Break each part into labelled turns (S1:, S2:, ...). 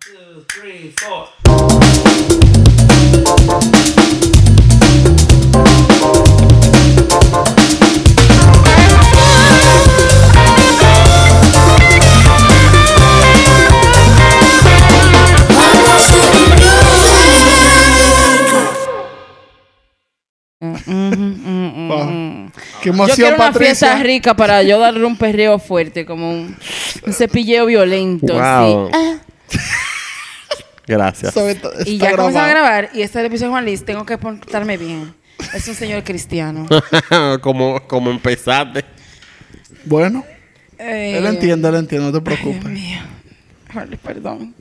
S1: two, three, four.
S2: Qué
S3: Yo
S2: emoción,
S3: quiero una
S2: Patricia.
S3: fiesta rica para yo darle un perreo fuerte, como un, un cepilleo violento.
S4: Wow.
S3: así. Ah.
S4: Gracias.
S2: Eso está- está
S3: Y ya comenzamos a
S2: grabado.
S3: grabar y este es el episodio de Juan Liz, tengo que portarme bien. Es un señor cristiano.
S4: como, como empezaste.
S2: Bueno,
S3: Eh,
S2: él entiende, él entiende, no te
S3: Dios
S2: preocupes.
S3: mío. Juan Luis, perdón.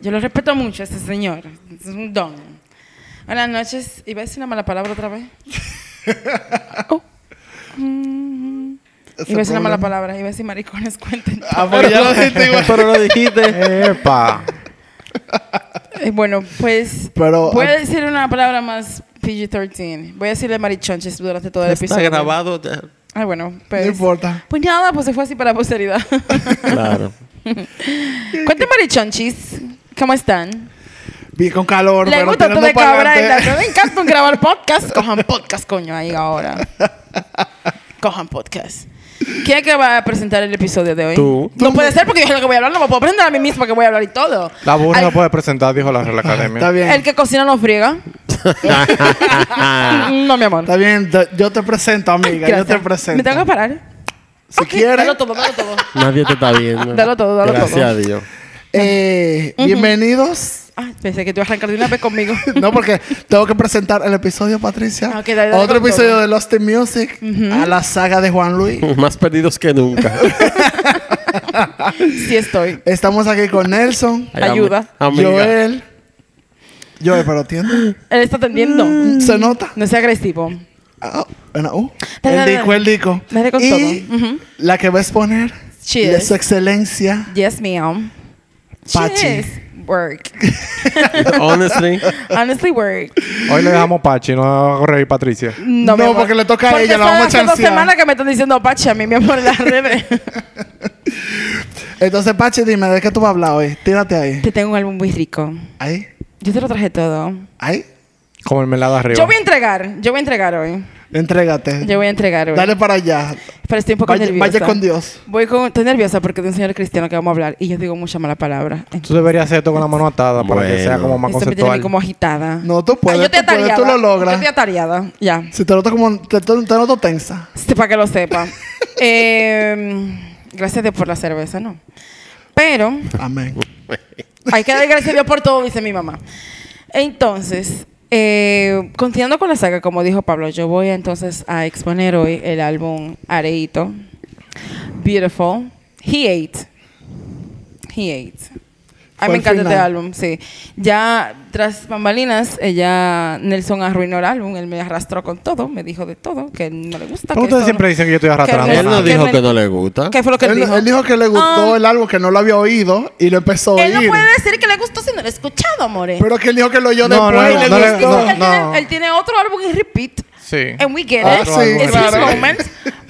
S3: Yo lo respeto mucho a este señor. Es un don. Buenas noches. Iba a decir una mala palabra otra vez. Oh. Mm.
S2: Ese
S3: Iba a decir una mala
S2: problema.
S3: palabra. Iba a decir maricones, cuenten.
S2: Ah, pero ya lo dijiste igual.
S4: Pero lo dijiste.
S5: Epa.
S3: Eh, bueno, pues
S2: Pero-
S3: voy a decir una palabra más PG-13. Voy a decirle marichonches durante todo el
S4: Está
S3: episodio.
S4: grabado. ya.
S3: Ah, bueno,
S2: No
S3: pues.
S2: importa.
S3: Pues nada, pues se fue así para la posteridad.
S4: Claro.
S3: Cuenten marichonchis. ¿Cómo están?
S2: Bien con calor,
S3: Le
S2: pero
S3: gusta todo
S2: tirando
S3: de
S2: para
S3: cabra y
S2: adelante.
S3: la- Me encanta grabar podcast. Cojan podcast, coño, ahí ahora. Cojan podcast. ¿Quién es que va a presentar el episodio de hoy?
S4: Tú.
S3: No puede ser porque yo sé lo que voy a hablar. No me puedo presentar a mí misma que voy a hablar y todo.
S5: La burra
S3: Al-
S5: no puede presentar, dijo la Real
S2: Está
S5: Academia.
S2: bien.
S3: El que cocina no friega. no, mi amor.
S2: Está bien, te- yo te presento, amiga. yo te
S3: Gracias.
S2: presento.
S3: Me tengo que parar.
S2: Si
S3: Ok,
S2: quieres,
S3: Dalo todo, dalo todo.
S4: Nadie te está viendo.
S3: Dalo todo, dalo
S4: Gracias
S3: todo.
S4: a Dios.
S2: eh, bienvenidos.
S3: Ah, pensé que te ibas a arrancar de una vez conmigo.
S2: No, porque tengo que presentar el episodio, Patricia.
S3: Ah, ok, dale, dale
S2: Otro
S3: con
S2: episodio
S3: todo.
S2: de Lost in Music a la saga de Juan Luis.
S4: Más perdidos que nunca.
S3: sí estoy.
S2: Estamos aquí con Nelson,
S4: Ay, am-
S3: Ayuda. eh.
S4: amiga.
S2: Joel. Joel, pero atiende.
S3: Él está atendiendo.
S2: Se nota.
S3: No sea agresivo.
S2: Ah, bueno, uh, el
S3: Dale, dale,
S2: dico,
S3: dale.
S2: el dico.
S3: Dale con
S2: y
S3: todo. Ujú.
S2: la que va a exponer
S3: Cheers.
S2: de su excelencia.
S3: Yes, ma'am.
S2: Pachi.
S3: Cheers. Work.
S4: Honestly.
S3: Honestly, work.
S5: Hoy le dejamos Pachi, no hago reír Patricia.
S3: No, mi amor.
S2: porque le toca a
S3: Porque
S2: ella, la
S3: son
S2: vamos a
S3: hace dos
S2: chancear.
S3: semanas que me están diciendo Pachi a mí, mi amor, en las redes.
S2: Entonces, Pachi, dime, ¿de qué tú vas a hablar hoy? Tírate ahí.
S3: te tengo un álbum muy rico.
S2: Ahí,
S3: Yo te lo traje todo.
S2: ahí.
S5: Como el melado arriba.
S3: Yo voy a entregar. Yo voy a entregar hoy.
S2: Entrégate.
S3: Yo voy a entregar hoy.
S2: Dale para allá.
S3: Pero estoy un poco
S2: Vaya,
S3: nerviosa.
S2: vaya con Dios.
S3: Voy con... Estoy nerviosa porque es de un señor cristiano que vamos a hablar y yo digo mucha mala palabra.
S5: Tú deberías hacer esto con la mano atada para que
S4: Bueno.
S5: sea como más
S3: Esto me tiene a mí
S5: conceptual.
S3: como agitada.
S2: No, tú puedes,
S3: Ah, yo te
S2: tú puedes,
S3: atareada.
S2: tú lo logras.
S3: Yo estoy atareada. Ya.
S2: Si te noto como. Te, te- te noto tensa.
S3: Sí, para que lo sepa. Eh, gracias a Dios por la cerveza, ¿no? Pero
S2: Amén.
S3: hay que dar gracias a Dios por todo, dice mi mamá. Entonces, eh, continuando con la saga, como dijo Pablo, yo voy entonces a exponer hoy el álbum Areito, Beautiful, He Ate. He Ate. A mí
S2: Fue
S3: me
S2: el
S3: encanta este
S2: final.
S3: álbum, sí. Ya tras bambalinas, ella, Nelson arruinó el álbum, él me arrastró con todo, me dijo de todo, que no le gusta.
S5: Pero
S3: que
S5: ustedes
S3: eso
S5: siempre dicen que yo estoy arrastrando.
S3: que-
S4: Él no
S3: que
S4: dijo
S3: me-
S4: que no le gusta.
S3: ¿Qué fue lo que él,
S2: Él,
S3: dijo?
S2: él dijo que le gustó
S3: Ah,
S2: el álbum, que no lo había oído y lo empezó a
S3: Él no
S2: oír.
S3: puede decir que le gustó si no lo ha escuchado, More.
S2: Pero que él dijo que lo oyó
S5: No,
S2: después
S5: no,
S2: y le
S3: él,
S5: no le-
S2: gustó.
S3: dice que él
S5: no.
S3: Tiene, él tiene otro álbum en repeat.
S5: Sí.
S3: And we get
S2: Ah,
S3: it.
S2: sí,
S3: It's
S2: claro.
S3: his moment.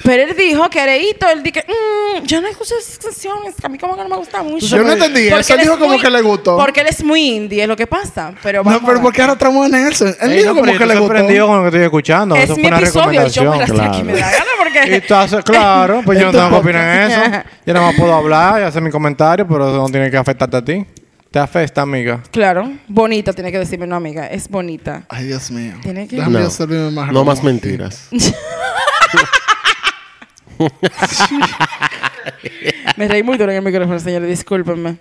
S3: Pero él dijo que Areito, él dije, mmm, yo no escuché esas canciones, que a mí como que no me gusta mucho.
S2: Yo no entendí,
S3: Porque
S2: eso
S3: él
S2: dijo
S3: es
S2: como
S3: muy-
S2: que le gustó.
S3: Porque él es muy indie, es lo que pasa. Pero vamos
S2: No, pero
S3: a
S2: ¿por qué
S3: ver.
S2: arrastramos a Nelson? Él
S5: Ey,
S2: dijo
S5: no,
S2: como que
S5: pero yo
S2: le
S5: estoy
S2: gustó.
S5: sorprendido con lo que estoy escuchando.
S3: Es
S5: eso fue
S3: mi
S5: una
S3: episodio, yo me
S5: recomendación.
S3: arrastré aquí, me da gana porque...
S5: Y tú haces, claro, pues yo no
S2: En tu
S5: tengo que opinar en eso. Yo nada más puedo hablar y hacer mi comentario, pero eso no tiene que afectarte a ti. Te afecta, amiga.
S3: Claro, bonita tiene que decirme una amiga, es bonita.
S2: Ay, Dios mío.
S3: Tiene que-
S2: Déjame yo servirme más.
S4: no más
S2: romo.
S4: mentiras.
S3: Me reí muy duro en el micrófono, señores, discúlpenme.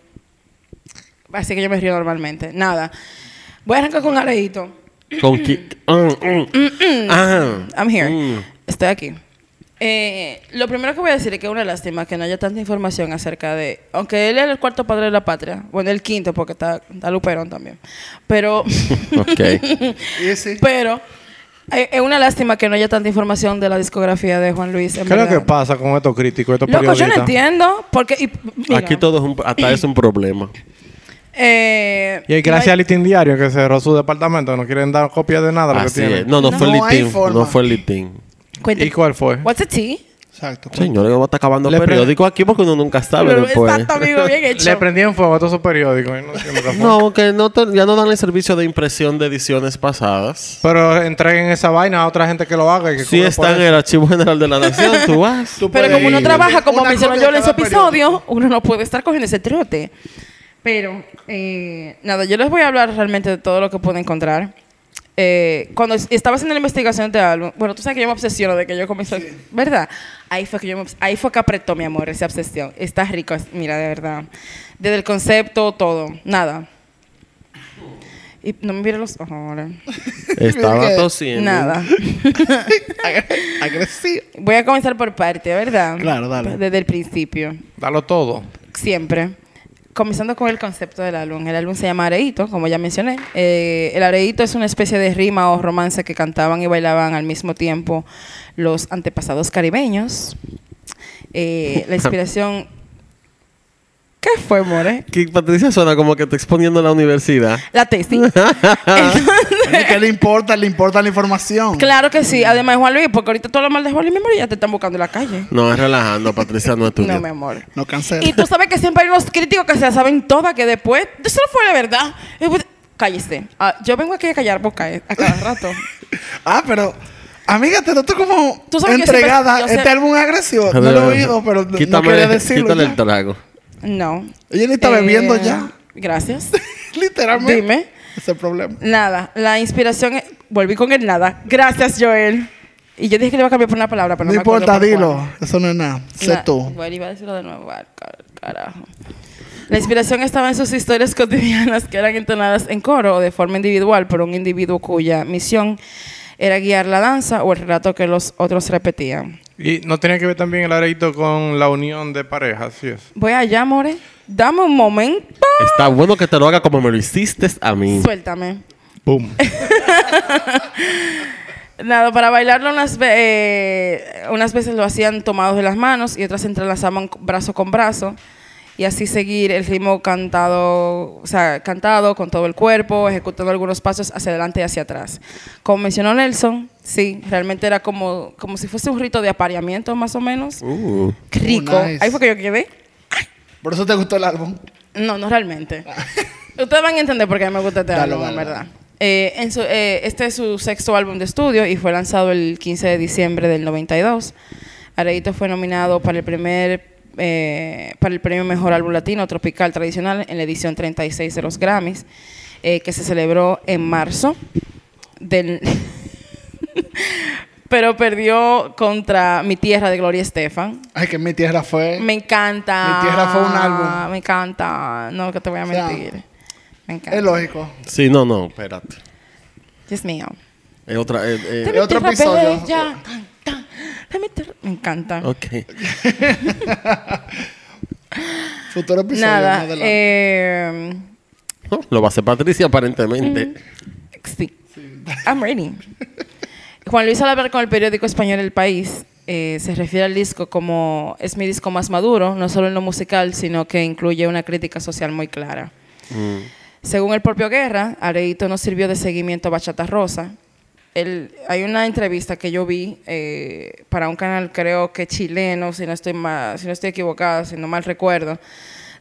S3: Así que yo me río normalmente. Nada. Voy a arrancar con Areito.
S4: Con qui- Mm, mm. Ah.
S3: I'm here.
S4: Mm.
S3: Estoy aquí. Eh, lo primero que voy a decir es que es una lástima que no haya tanta información acerca de. Aunque él era el cuarto padre de la patria. Bueno, el quinto, porque está, está Luperón también. Pero.
S4: Ok.
S2: Y sí.
S3: pero. eh, Es una lástima que no haya tanta información de la discografía de Juan Luis.
S5: ¿Qué
S3: en
S5: es lo
S3: verdad.
S5: que pasa con estos críticos, estos
S3: Loco, yo no
S5: periodistas?
S3: entiendo. Porque. y- mira,
S4: Aquí todo es un, hasta es un problema.
S3: eh,
S5: Y hay
S3: no
S5: gracias
S3: hay-
S5: al Litín Diario que cerró su departamento, no quieren dar copia de nada. de lo que
S4: Así
S5: tienen.
S4: es. No, no,
S2: No
S4: fue el
S2: hay
S4: litín.
S2: forma.
S3: Mm.
S4: No fue el litín.
S3: Cuenta-
S5: ¿Y cuál fue?
S3: What's the tea?
S2: Exacto.
S4: Señores, yo voy a estar acabando
S5: Le pre-
S4: periódico aquí porque uno nunca sabe
S3: Pero
S4: después.
S3: Exacto, amigo, bien hecho.
S5: Le prendían fuego a todos esos periódicos. y no sé, nunca fue.
S4: No, que no te- ya no dan el servicio de impresión de ediciones pasadas.
S5: Pero entreguen esa vaina a otra gente que lo haga. Y que
S4: Si
S5: cubra
S4: está en
S5: por
S4: el Archivo General de la Nación, tú vas.
S2: Tú
S3: Pero
S2: puedes
S3: como uno
S2: ir.
S3: trabaja, como
S2: Una
S3: mencionó
S2: copia
S3: yo en
S2: de
S3: ese
S2: cada periódico.
S3: episodio, uno no puede estar cogiendo ese trote. Pero, eh, nada, yo les voy a hablar realmente de todo lo que pude encontrar. Eh, cuando es- estaba haciendo la investigación de álbum, bueno, tú sabes que yo me obsesiono de que yo comencé, ¿verdad? Ahí fue que yo me obs- ahí fue que apretó mi amor esa obsesión. Está rico, es- mira, de verdad. Desde el concepto, todo, nada. Y no me vieron los ojos, ahora.
S4: Estaba
S2: ¿Qué?
S4: tosiendo.
S3: Nada.
S2: Agre- Agresivo.
S3: Voy a comenzar por parte, ¿verdad?
S2: Claro, dale.
S3: Desde el principio.
S5: Dalo todo.
S3: Siempre. Comenzando con el concepto del álbum. El álbum se llama Areíto, como ya mencioné. Eh, el Areíto es una especie de rima o romance que cantaban y bailaban al mismo tiempo los antepasados caribeños. Eh, la inspiración... ¿Qué fue, More?
S4: Que Patricia suena como que está exponiendo la universidad.
S3: La tesis. Entonces-
S2: Oye, ¿Qué le importa? Le importa la información.
S3: claro que sí. Además, Juan Luis, porque ahorita todo lo mal de Juan Luis Memoria ya te están buscando en la calle.
S4: No, es relajando. Patricia no estudia.
S3: No, mi amor.
S2: No cancela.
S3: Y tú sabes que siempre hay unos críticos que se la saben todas, que después, eso no fue la verdad. Y pues, Cállese. Ah, yo vengo aquí a callar boca eh, a cada rato.
S2: Ah, pero. Amiga, te noto como
S3: Tú sabes que yo
S2: entregada.
S3: siempre- yo
S2: este
S3: sé-
S2: álbum es agresivo. No lo he oído, pero no- no quería decirlo.
S4: Quítale
S2: ya.
S4: el trago.
S3: No. Eh,
S2: Ella ni está bebiendo ya.
S3: Gracias.
S2: Literalmente.
S3: Dime.
S2: Ese es el problema.
S3: Nada. La inspiración. es- Volví con el nada. Gracias, Joel. Y yo dije que le iba a cambiar por una palabra, pero
S2: No,
S3: no, me acuerdo
S2: importa,
S3: por
S2: dilo.
S3: cuál.
S2: Eso no es nada. Sé
S3: La-
S2: tú.
S3: Bueno, iba a decirlo de nuevo. ah, car- carajo. La inspiración estaba en sus historias cotidianas que eran entonadas en coro o de forma individual por un individuo cuya misión era guiar la danza o el relato que los otros repetían.
S5: Y no tenía que ver también el areito con la unión de parejas, sí es.
S3: Voy allá, more. Dame un momento.
S4: Está bueno que te lo haga como me lo hiciste a mí.
S3: Suéltame.
S5: Boom.
S3: Nada, para bailarlo unas, ve- eh, unas veces lo hacían tomados de las manos y otras entrelazaban c- brazo con brazo y así seguir el ritmo cantado, o sea, cantado con todo el cuerpo, ejecutando algunos pasos hacia adelante y hacia atrás. Como mencionó Nelson, sí, realmente era como, como si fuese un rito de apareamiento más o menos.
S4: Uh.
S3: Qué Rico.
S2: Oh, nice.
S3: Ahí fue que yo quedé.
S2: Por eso te gustó el álbum.
S3: No, no realmente. Ustedes van a entender por qué me gusta este
S2: Dale,
S3: álbum, en
S2: dale,
S3: verdad. Eh, en su- eh, este es su sexto álbum de estudio y fue lanzado el 15 de diciembre del 92. Areito fue nominado para el primer eh, para el premio Mejor Álbum Latino Tropical Tradicional en la edición 36 de los Grammys, eh, que se celebró en marzo del... Pero perdió contra Mi Tierra de Gloria Estefan.
S2: Ay, que mi tierra fue.
S3: Me encanta.
S2: Mi tierra fue un álbum.
S3: Me encanta. No, que te voy a
S2: O sea,
S3: mentir. Me encanta.
S2: Es lógico.
S4: Sí, no, no, espérate.
S3: Dios mío.
S4: Es otra. eh, eh,
S2: Te- otro
S3: Dame tierra
S2: episodio.
S3: bella. Tan, tan. Dame tierra- Me encanta.
S4: ok.
S2: Futuro episodio.
S3: Nada.
S2: más adelante.
S3: Eh,
S4: Lo va a hacer Patricia, aparentemente.
S3: sí. I'm ready. Juan Luis al hablar con el periódico español El País, eh, se refiere al disco como es mi disco más maduro, no solo en lo musical, sino que incluye una crítica social muy clara. Según el propio Guerra, Areito no sirvió de seguimiento a Bachata Rosa. Él- hay una entrevista que yo vi eh, para un canal, creo que chileno, si no estoy mal, si no estoy equivocada, si no mal recuerdo,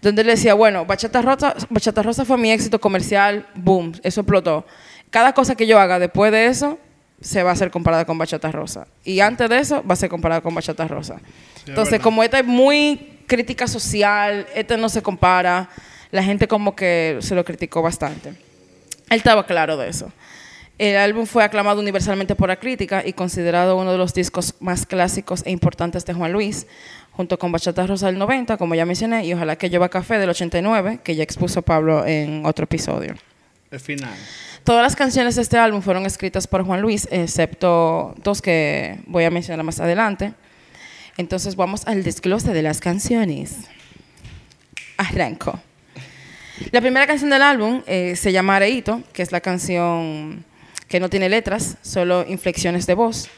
S3: donde él decía, bueno, Bachata Rosa, Bachata Rosa fue mi éxito comercial, boom, eso explotó. Cada cosa que yo haga después de eso se va a ser comparada con Bachata Rosa. Y antes de eso va a ser comparada con Bachata Rosa. Entonces, como esta es muy crítica social, este no se compara, la gente como que se lo criticó bastante. Él estaba claro de eso. El álbum fue aclamado universalmente por la crítica y considerado uno de los discos más clásicos e importantes de Juan Luis, junto con Bachata Rosa del 90, como ya mencioné, y Ojalá que lleva café del 89, que ya expuso Pablo en otro episodio.
S2: El final.
S3: Todas las canciones de este álbum fueron escritas por Juan Luis, excepto dos que voy a mencionar más adelante. Entonces vamos al desglose de las canciones. Arranco. La primera canción del álbum eh, se llama Areito, que es la canción que no tiene letras, solo inflexiones de voz,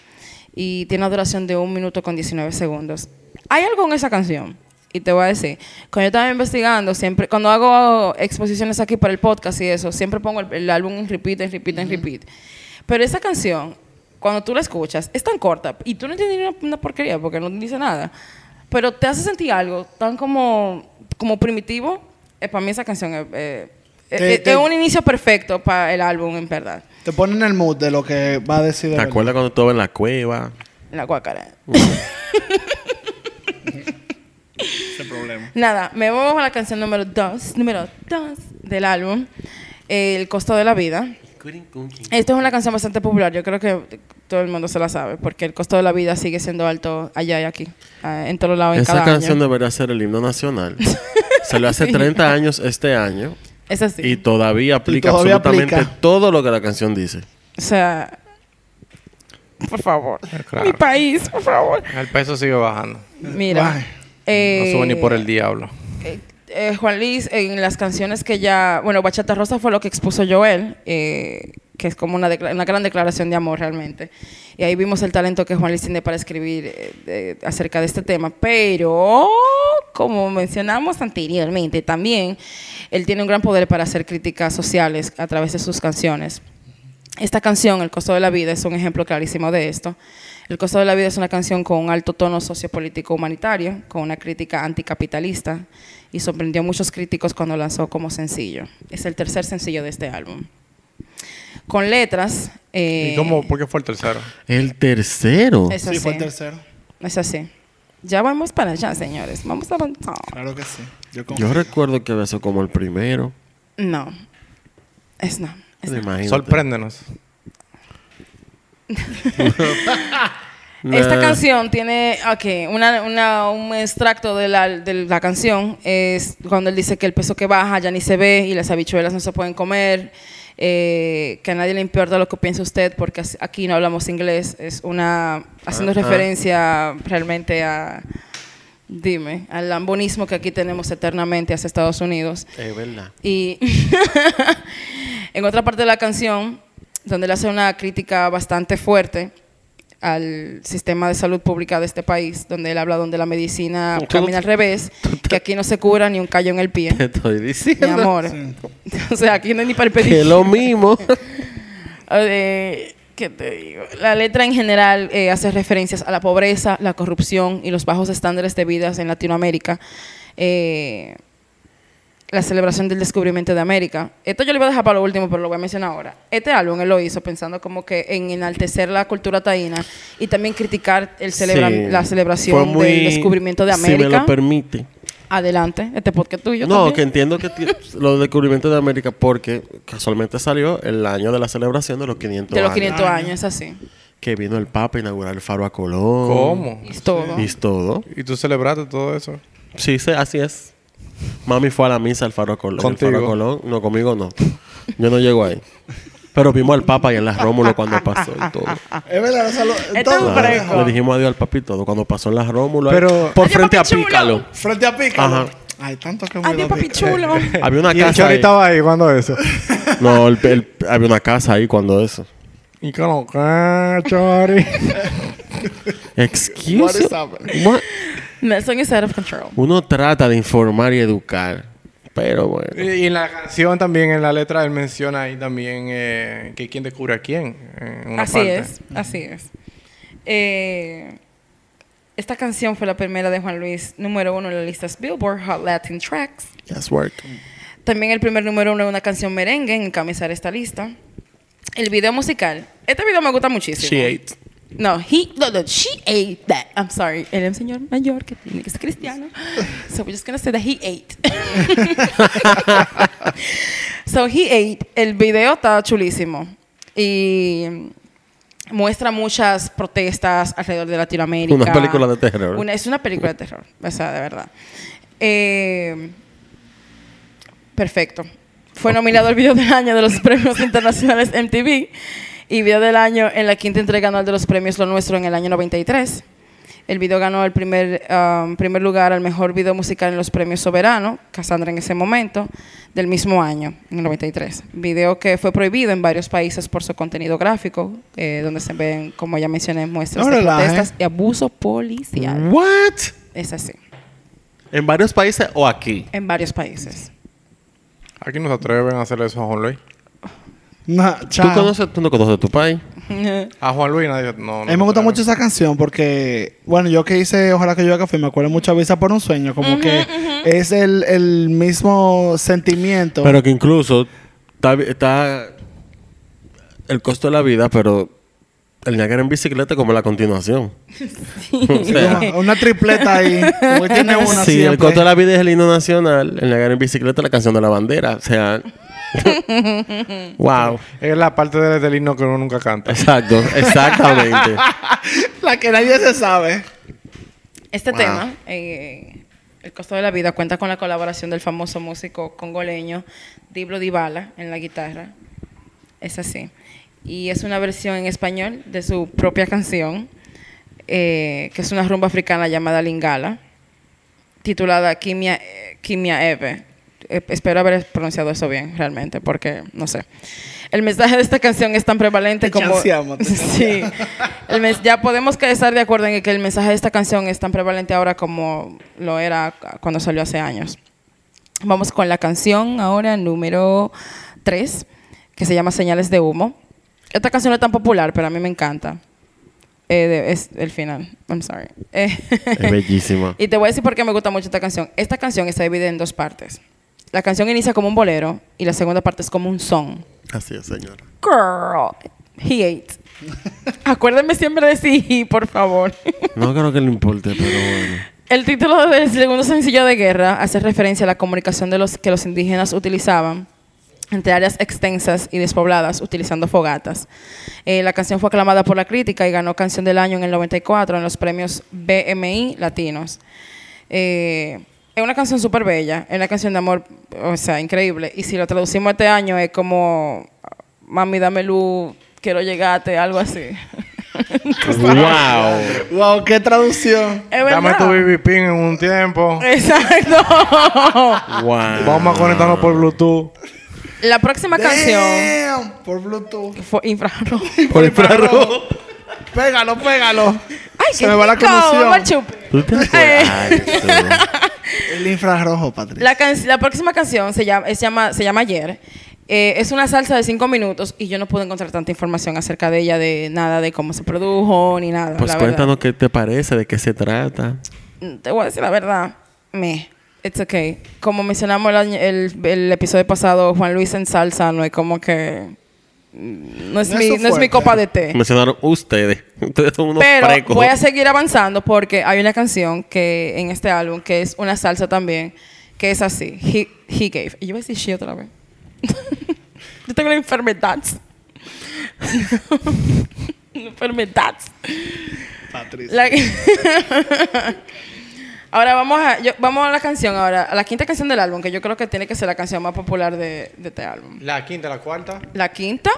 S3: y tiene una duración de un minuto con 19 segundos. Hay algo en esa canción, y te voy a decir, cuando yo estaba investigando, siempre, cuando hago exposiciones aquí para el podcast y eso, siempre pongo el, el álbum en repeat, en repeat, en repeat. Pero esa canción cuando tú la escuchas, es tan corta y tú no entiendes ni una, una porquería porque no dice nada, pero te hace sentir algo tan como, como primitivo. Eh, para mí esa canción es, eh, eh,
S2: Te-
S3: eh,
S2: te-
S3: es un inicio perfecto para el álbum, en verdad.
S2: Te ponen el mood de lo que va a decir. de
S4: ¿Te
S2: verdad.
S4: acuerdas cuando estuve en la cueva?
S3: La guacara.
S2: Ese problema.
S3: Nada, me voy a la canción número 2, número 2 del álbum, El costo de la vida. Esta es una canción bastante popular, yo creo que todo el mundo se la sabe, porque el costo de la vida sigue siendo alto allá y aquí, eh, en todos lados, en
S4: Esa
S3: cada
S4: canción
S3: año.
S4: debería ser el himno nacional. Salió hace 30 años este año
S3: Es así.
S4: y todavía aplica
S2: todavía
S4: absolutamente
S2: aplica.
S4: todo lo que la canción dice.
S3: o sea, por favor,
S5: Claro.
S3: mi país, por favor.
S5: El peso sigue bajando.
S3: Mira,
S2: Ay,
S5: No
S3: eh,
S5: sube ni por el diablo.
S3: eh, eh, Juan Luis, en las canciones que ya, bueno, Bachata Rosa fue lo que expuso Joel, eh, que es como una, decla- una gran declaración de amor realmente. Y ahí vimos el talento que Juan Luis tiene para escribir eh, de- acerca de este tema. Pero, como mencionamos anteriormente, también él tiene un gran poder para hacer críticas sociales a través de sus canciones. Esta canción, El costo de la vida, es un ejemplo clarísimo de esto. El costo de la vida es una canción con un alto tono sociopolítico humanitario, con una crítica anticapitalista y sorprendió a muchos críticos cuando lanzó como sencillo. Es el tercer sencillo de este álbum. Con letras... eh,
S5: ¿Y cómo? ¿Por qué fue el tercero?
S4: El tercero.
S3: Es
S2: Sí,
S3: así.
S2: fue el tercero.
S3: Es así. Ya vamos para allá, señores. Vamos a avanzar.
S2: Claro que sí. Yo confío.
S4: Yo recuerdo que había sido como el primero.
S3: No. Es no. Es no.
S4: Imagínate.
S5: Sorpréndenos.
S3: Esta
S4: Nah.
S3: canción tiene, ok, una, una- un extracto de la, de la canción es cuando él dice que el peso que baja ya ni se ve y las habichuelas no se pueden comer, eh, que a nadie le importa lo que piense usted porque as- aquí no hablamos inglés, es una, haciendo
S4: Ah, ah.
S3: referencia realmente a, dime, al lambonismo que aquí tenemos eternamente hacia Estados Unidos.
S4: Es verdad.
S3: Y en otra parte de la canción, donde él hace una crítica bastante fuerte al sistema de salud pública de este país, donde él habla donde la medicina camina al revés, que aquí no se cura ni un callo en el pie,
S4: Te estoy
S3: mi
S4: diciendo.
S3: amor. O sea, aquí no hay ni para el
S4: Que
S3: pedicure.
S4: lo mismo.
S3: Eh, ¿Qué te digo? La letra en general eh, hace referencias a la pobreza, la corrupción y los bajos estándares de vidas en Latinoamérica. Eh, la celebración del descubrimiento de América. Esto yo lo iba a dejar para lo último, pero lo voy a mencionar ahora. Este álbum él lo hizo pensando como que en enaltecer la cultura taína y también criticar el celebra-
S4: Sí.
S3: la
S4: Fue
S3: celebración
S4: muy-
S3: del descubrimiento de América.
S4: Si me lo permite.
S3: Adelante, este podcast tuyo.
S4: no,
S3: también.
S4: que entiendo que ti- los descubrimientos de América porque casualmente salió el año de la celebración de los 500
S3: de los
S4: años.
S3: 500 años, es así.
S4: Que vino el Papa a inaugurar el faro a Colón.
S5: ¿Cómo?
S3: Y todo.
S4: Y todo.
S3: Mm.
S5: ¿Y tú celebraste todo eso?
S4: Sí, sí, así es. Mami fue a la misa al Faro Colón.
S5: Contigo.
S4: El Faro Colón. No, conmigo no. Yo no llego ahí. Pero vimos al Papa y en las Rómulo cuando pasó y todo.
S2: Es verdad, o sea, lo-
S3: Esto
S2: todo
S3: Este es
S4: Claro,
S3: fresco.
S4: le dijimos adiós al Papi y todo. Cuando pasó en las Rómulo. ahí,
S5: Pero-
S4: por
S3: Adiós,
S4: frente a
S3: papi chulo.
S4: Pícalo.
S2: Frente a Pícaro.
S4: Ajá.
S2: Ay, tanto que me
S3: Adiós,
S2: lo
S3: papi
S2: pica.
S3: Ah, chulo.
S4: Había una
S5: ¿Y el
S4: casa.
S5: Chori
S4: ahí.
S5: estaba ahí cuando eso?
S4: No, el- el- había una casa ahí cuando eso.
S5: ¿Y cómo? Ah, Chori.
S4: Excuse.
S2: What is happening?
S4: What?
S3: Nelson is out of control.
S4: Uno trata de informar y educar. Pero bueno.
S5: Y en la canción también, en la letra, él menciona ahí también eh, que quién descubre a quién. en una
S3: Así
S5: parte.
S3: es, así es. Eh, esta canción fue la primera de Juan Luis, número uno en las listas Billboard Hot Latin Tracks.
S4: That's work.
S3: También el primer número uno de una canción merengue en encabezar esta lista. El video musical. Este video me gusta muchísimo.
S4: She ate.
S3: No, he, no, no, she ate that. I'm sorry. Él es un señor mayor que tiene que ser cristiano. So pues, we're just gonna say that he ate. so he ate. El video está chulísimo. Y muestra muchas protestas alrededor de Latinoamérica.
S4: Una película de terror.
S3: Una- es una película de terror. O sea, de verdad. Eh, perfecto. Fue nominado al video del año de los premios internacionales MTV y video del año en la quinta entrega anual de los premios Lo Nuestro en el año 93. El video ganó el primer, um, primer lugar al mejor video musical en los premios Soberano, Cassandra en ese momento, del mismo año, en el 93. Video que fue prohibido en varios países por su contenido gráfico, eh, donde se ven, como ya mencioné, muestras
S2: No
S3: de
S2: relaje.
S3: protestas y abuso policial.
S4: What?
S3: Es así,
S4: ¿En varios países o aquí?
S3: en varios países.
S5: Aquí nos atreven a hacer eso a Juan Luis.
S2: Nah,
S4: ¿Tú,
S2: chao.
S4: conoces, ¿Tú no conoces tu país?
S5: A Juan Luis nadie. No,
S2: A
S5: no
S2: mí me gusta
S5: creo.
S2: mucho esa canción porque, bueno, yo que hice Ojalá que llueva café, me acuerdo mucho a Visa por un sueño, como que es el, el mismo sentimiento.
S4: Pero que incluso está, está el costo de la vida, pero el Niagara en bicicleta como la continuación. O
S2: Sí,
S4: sea,
S2: como una tripleta ahí. Como que tiene una
S4: sí, el
S2: siempre.
S4: costo de la vida es el himno nacional, el Niagara en bicicleta la canción de la bandera. O sea, wow.
S5: Es la parte del, del himno que uno nunca canta.
S4: Exacto, exactamente.
S2: La que nadie se sabe.
S3: Este tema, eh, El costo de la vida, cuenta con la colaboración del famoso músico congoleño Diblo Dibala en la guitarra. Es así. Y es una versión en español de su propia canción, eh, que es una rumba africana llamada Lingala, titulada Kimia, Kimia Eve. Eh, Espero haber pronunciado eso bien, realmente, porque no sé. El mensaje de esta canción es tan prevalente
S2: Te
S3: como.
S2: chanceamos, te
S3: sí. El mes- ya podemos que estar de acuerdo en que el mensaje de esta canción es tan prevalente ahora como lo era cuando salió hace años. Vamos con la canción ahora, número 3, que se llama Señales de Humo. Esta canción no es tan popular, pero a mí me encanta. Eh, de- es el final. I'm sorry. Eh,
S4: Es bellísima.
S3: y te voy a decir por qué me gusta mucho esta canción. Esta canción está dividida en dos partes. La canción inicia como un bolero y la segunda parte es como un son.
S4: Así es, señora.
S3: Girl, he ate. Acuérdenme siempre de sí, por favor.
S4: No creo que le importe, pero bueno.
S3: El título del segundo sencillo de guerra hace referencia a la comunicación de los que los indígenas utilizaban entre áreas extensas y despobladas utilizando fogatas. Eh, la canción fue aclamada por la crítica y ganó Canción del Año en el 94 en los premios BMI Latinos. Eh, es una canción súper bella, es una canción de amor, o sea, increíble. Y si lo traducimos este año es como, mami, dame luz, quiero llegarte, algo así.
S4: Wow.
S2: Wow, qué traducción.
S3: Es
S5: Dame
S3: verdad.
S5: tu BB pin en un tiempo.
S3: Exacto.
S4: Wow.
S5: Vamos a conectarnos por Bluetooth.
S3: La próxima
S2: ¡Eh!
S3: canción
S2: Damn, por Bluetooth.
S3: fue Infrarrojo.
S4: por el frarro.
S2: Pégalo, pégalo.
S3: Ay,
S2: Se me va la
S3: rico,
S2: conexión.
S3: machup.
S4: ¿Tú te acuerdas de eso?
S2: El infrarrojo, Patricia.
S3: La, can- la próxima canción se llama, es llama- se llama Ayer. Eh, es una salsa de cinco minutos y yo no pude encontrar tanta información acerca de ella, de nada, de cómo se produjo, ni nada.
S4: Pues
S3: la
S4: cuéntanos qué te parece, de qué se
S3: verdad.
S4: trata.
S3: Mm, Te voy a decir la verdad. Me. It's okay. Como mencionamos el, año- el- el episodio pasado, Juan Luis en salsa no es como que. mm, No es,
S2: No es
S3: mi,
S2: su
S3: no es mi
S2: fuerte.
S3: copa de té.
S4: Mencionaron ustedes. Ustedes son unos
S3: Pero
S4: frecos.
S3: voy a seguir avanzando porque hay una canción que en este álbum que es una salsa también, que es así. He, he gave. Y yo voy a decir she otra vez. yo tengo una enfermedad. Una enfermedad.
S2: Patricia.
S3: La- ahora vamos a, yo- vamos a la canción ahora, a la quinta canción del álbum, que yo creo que tiene que ser la canción más popular de, de este álbum.
S5: La quinta, la cuarta.
S3: La quinta,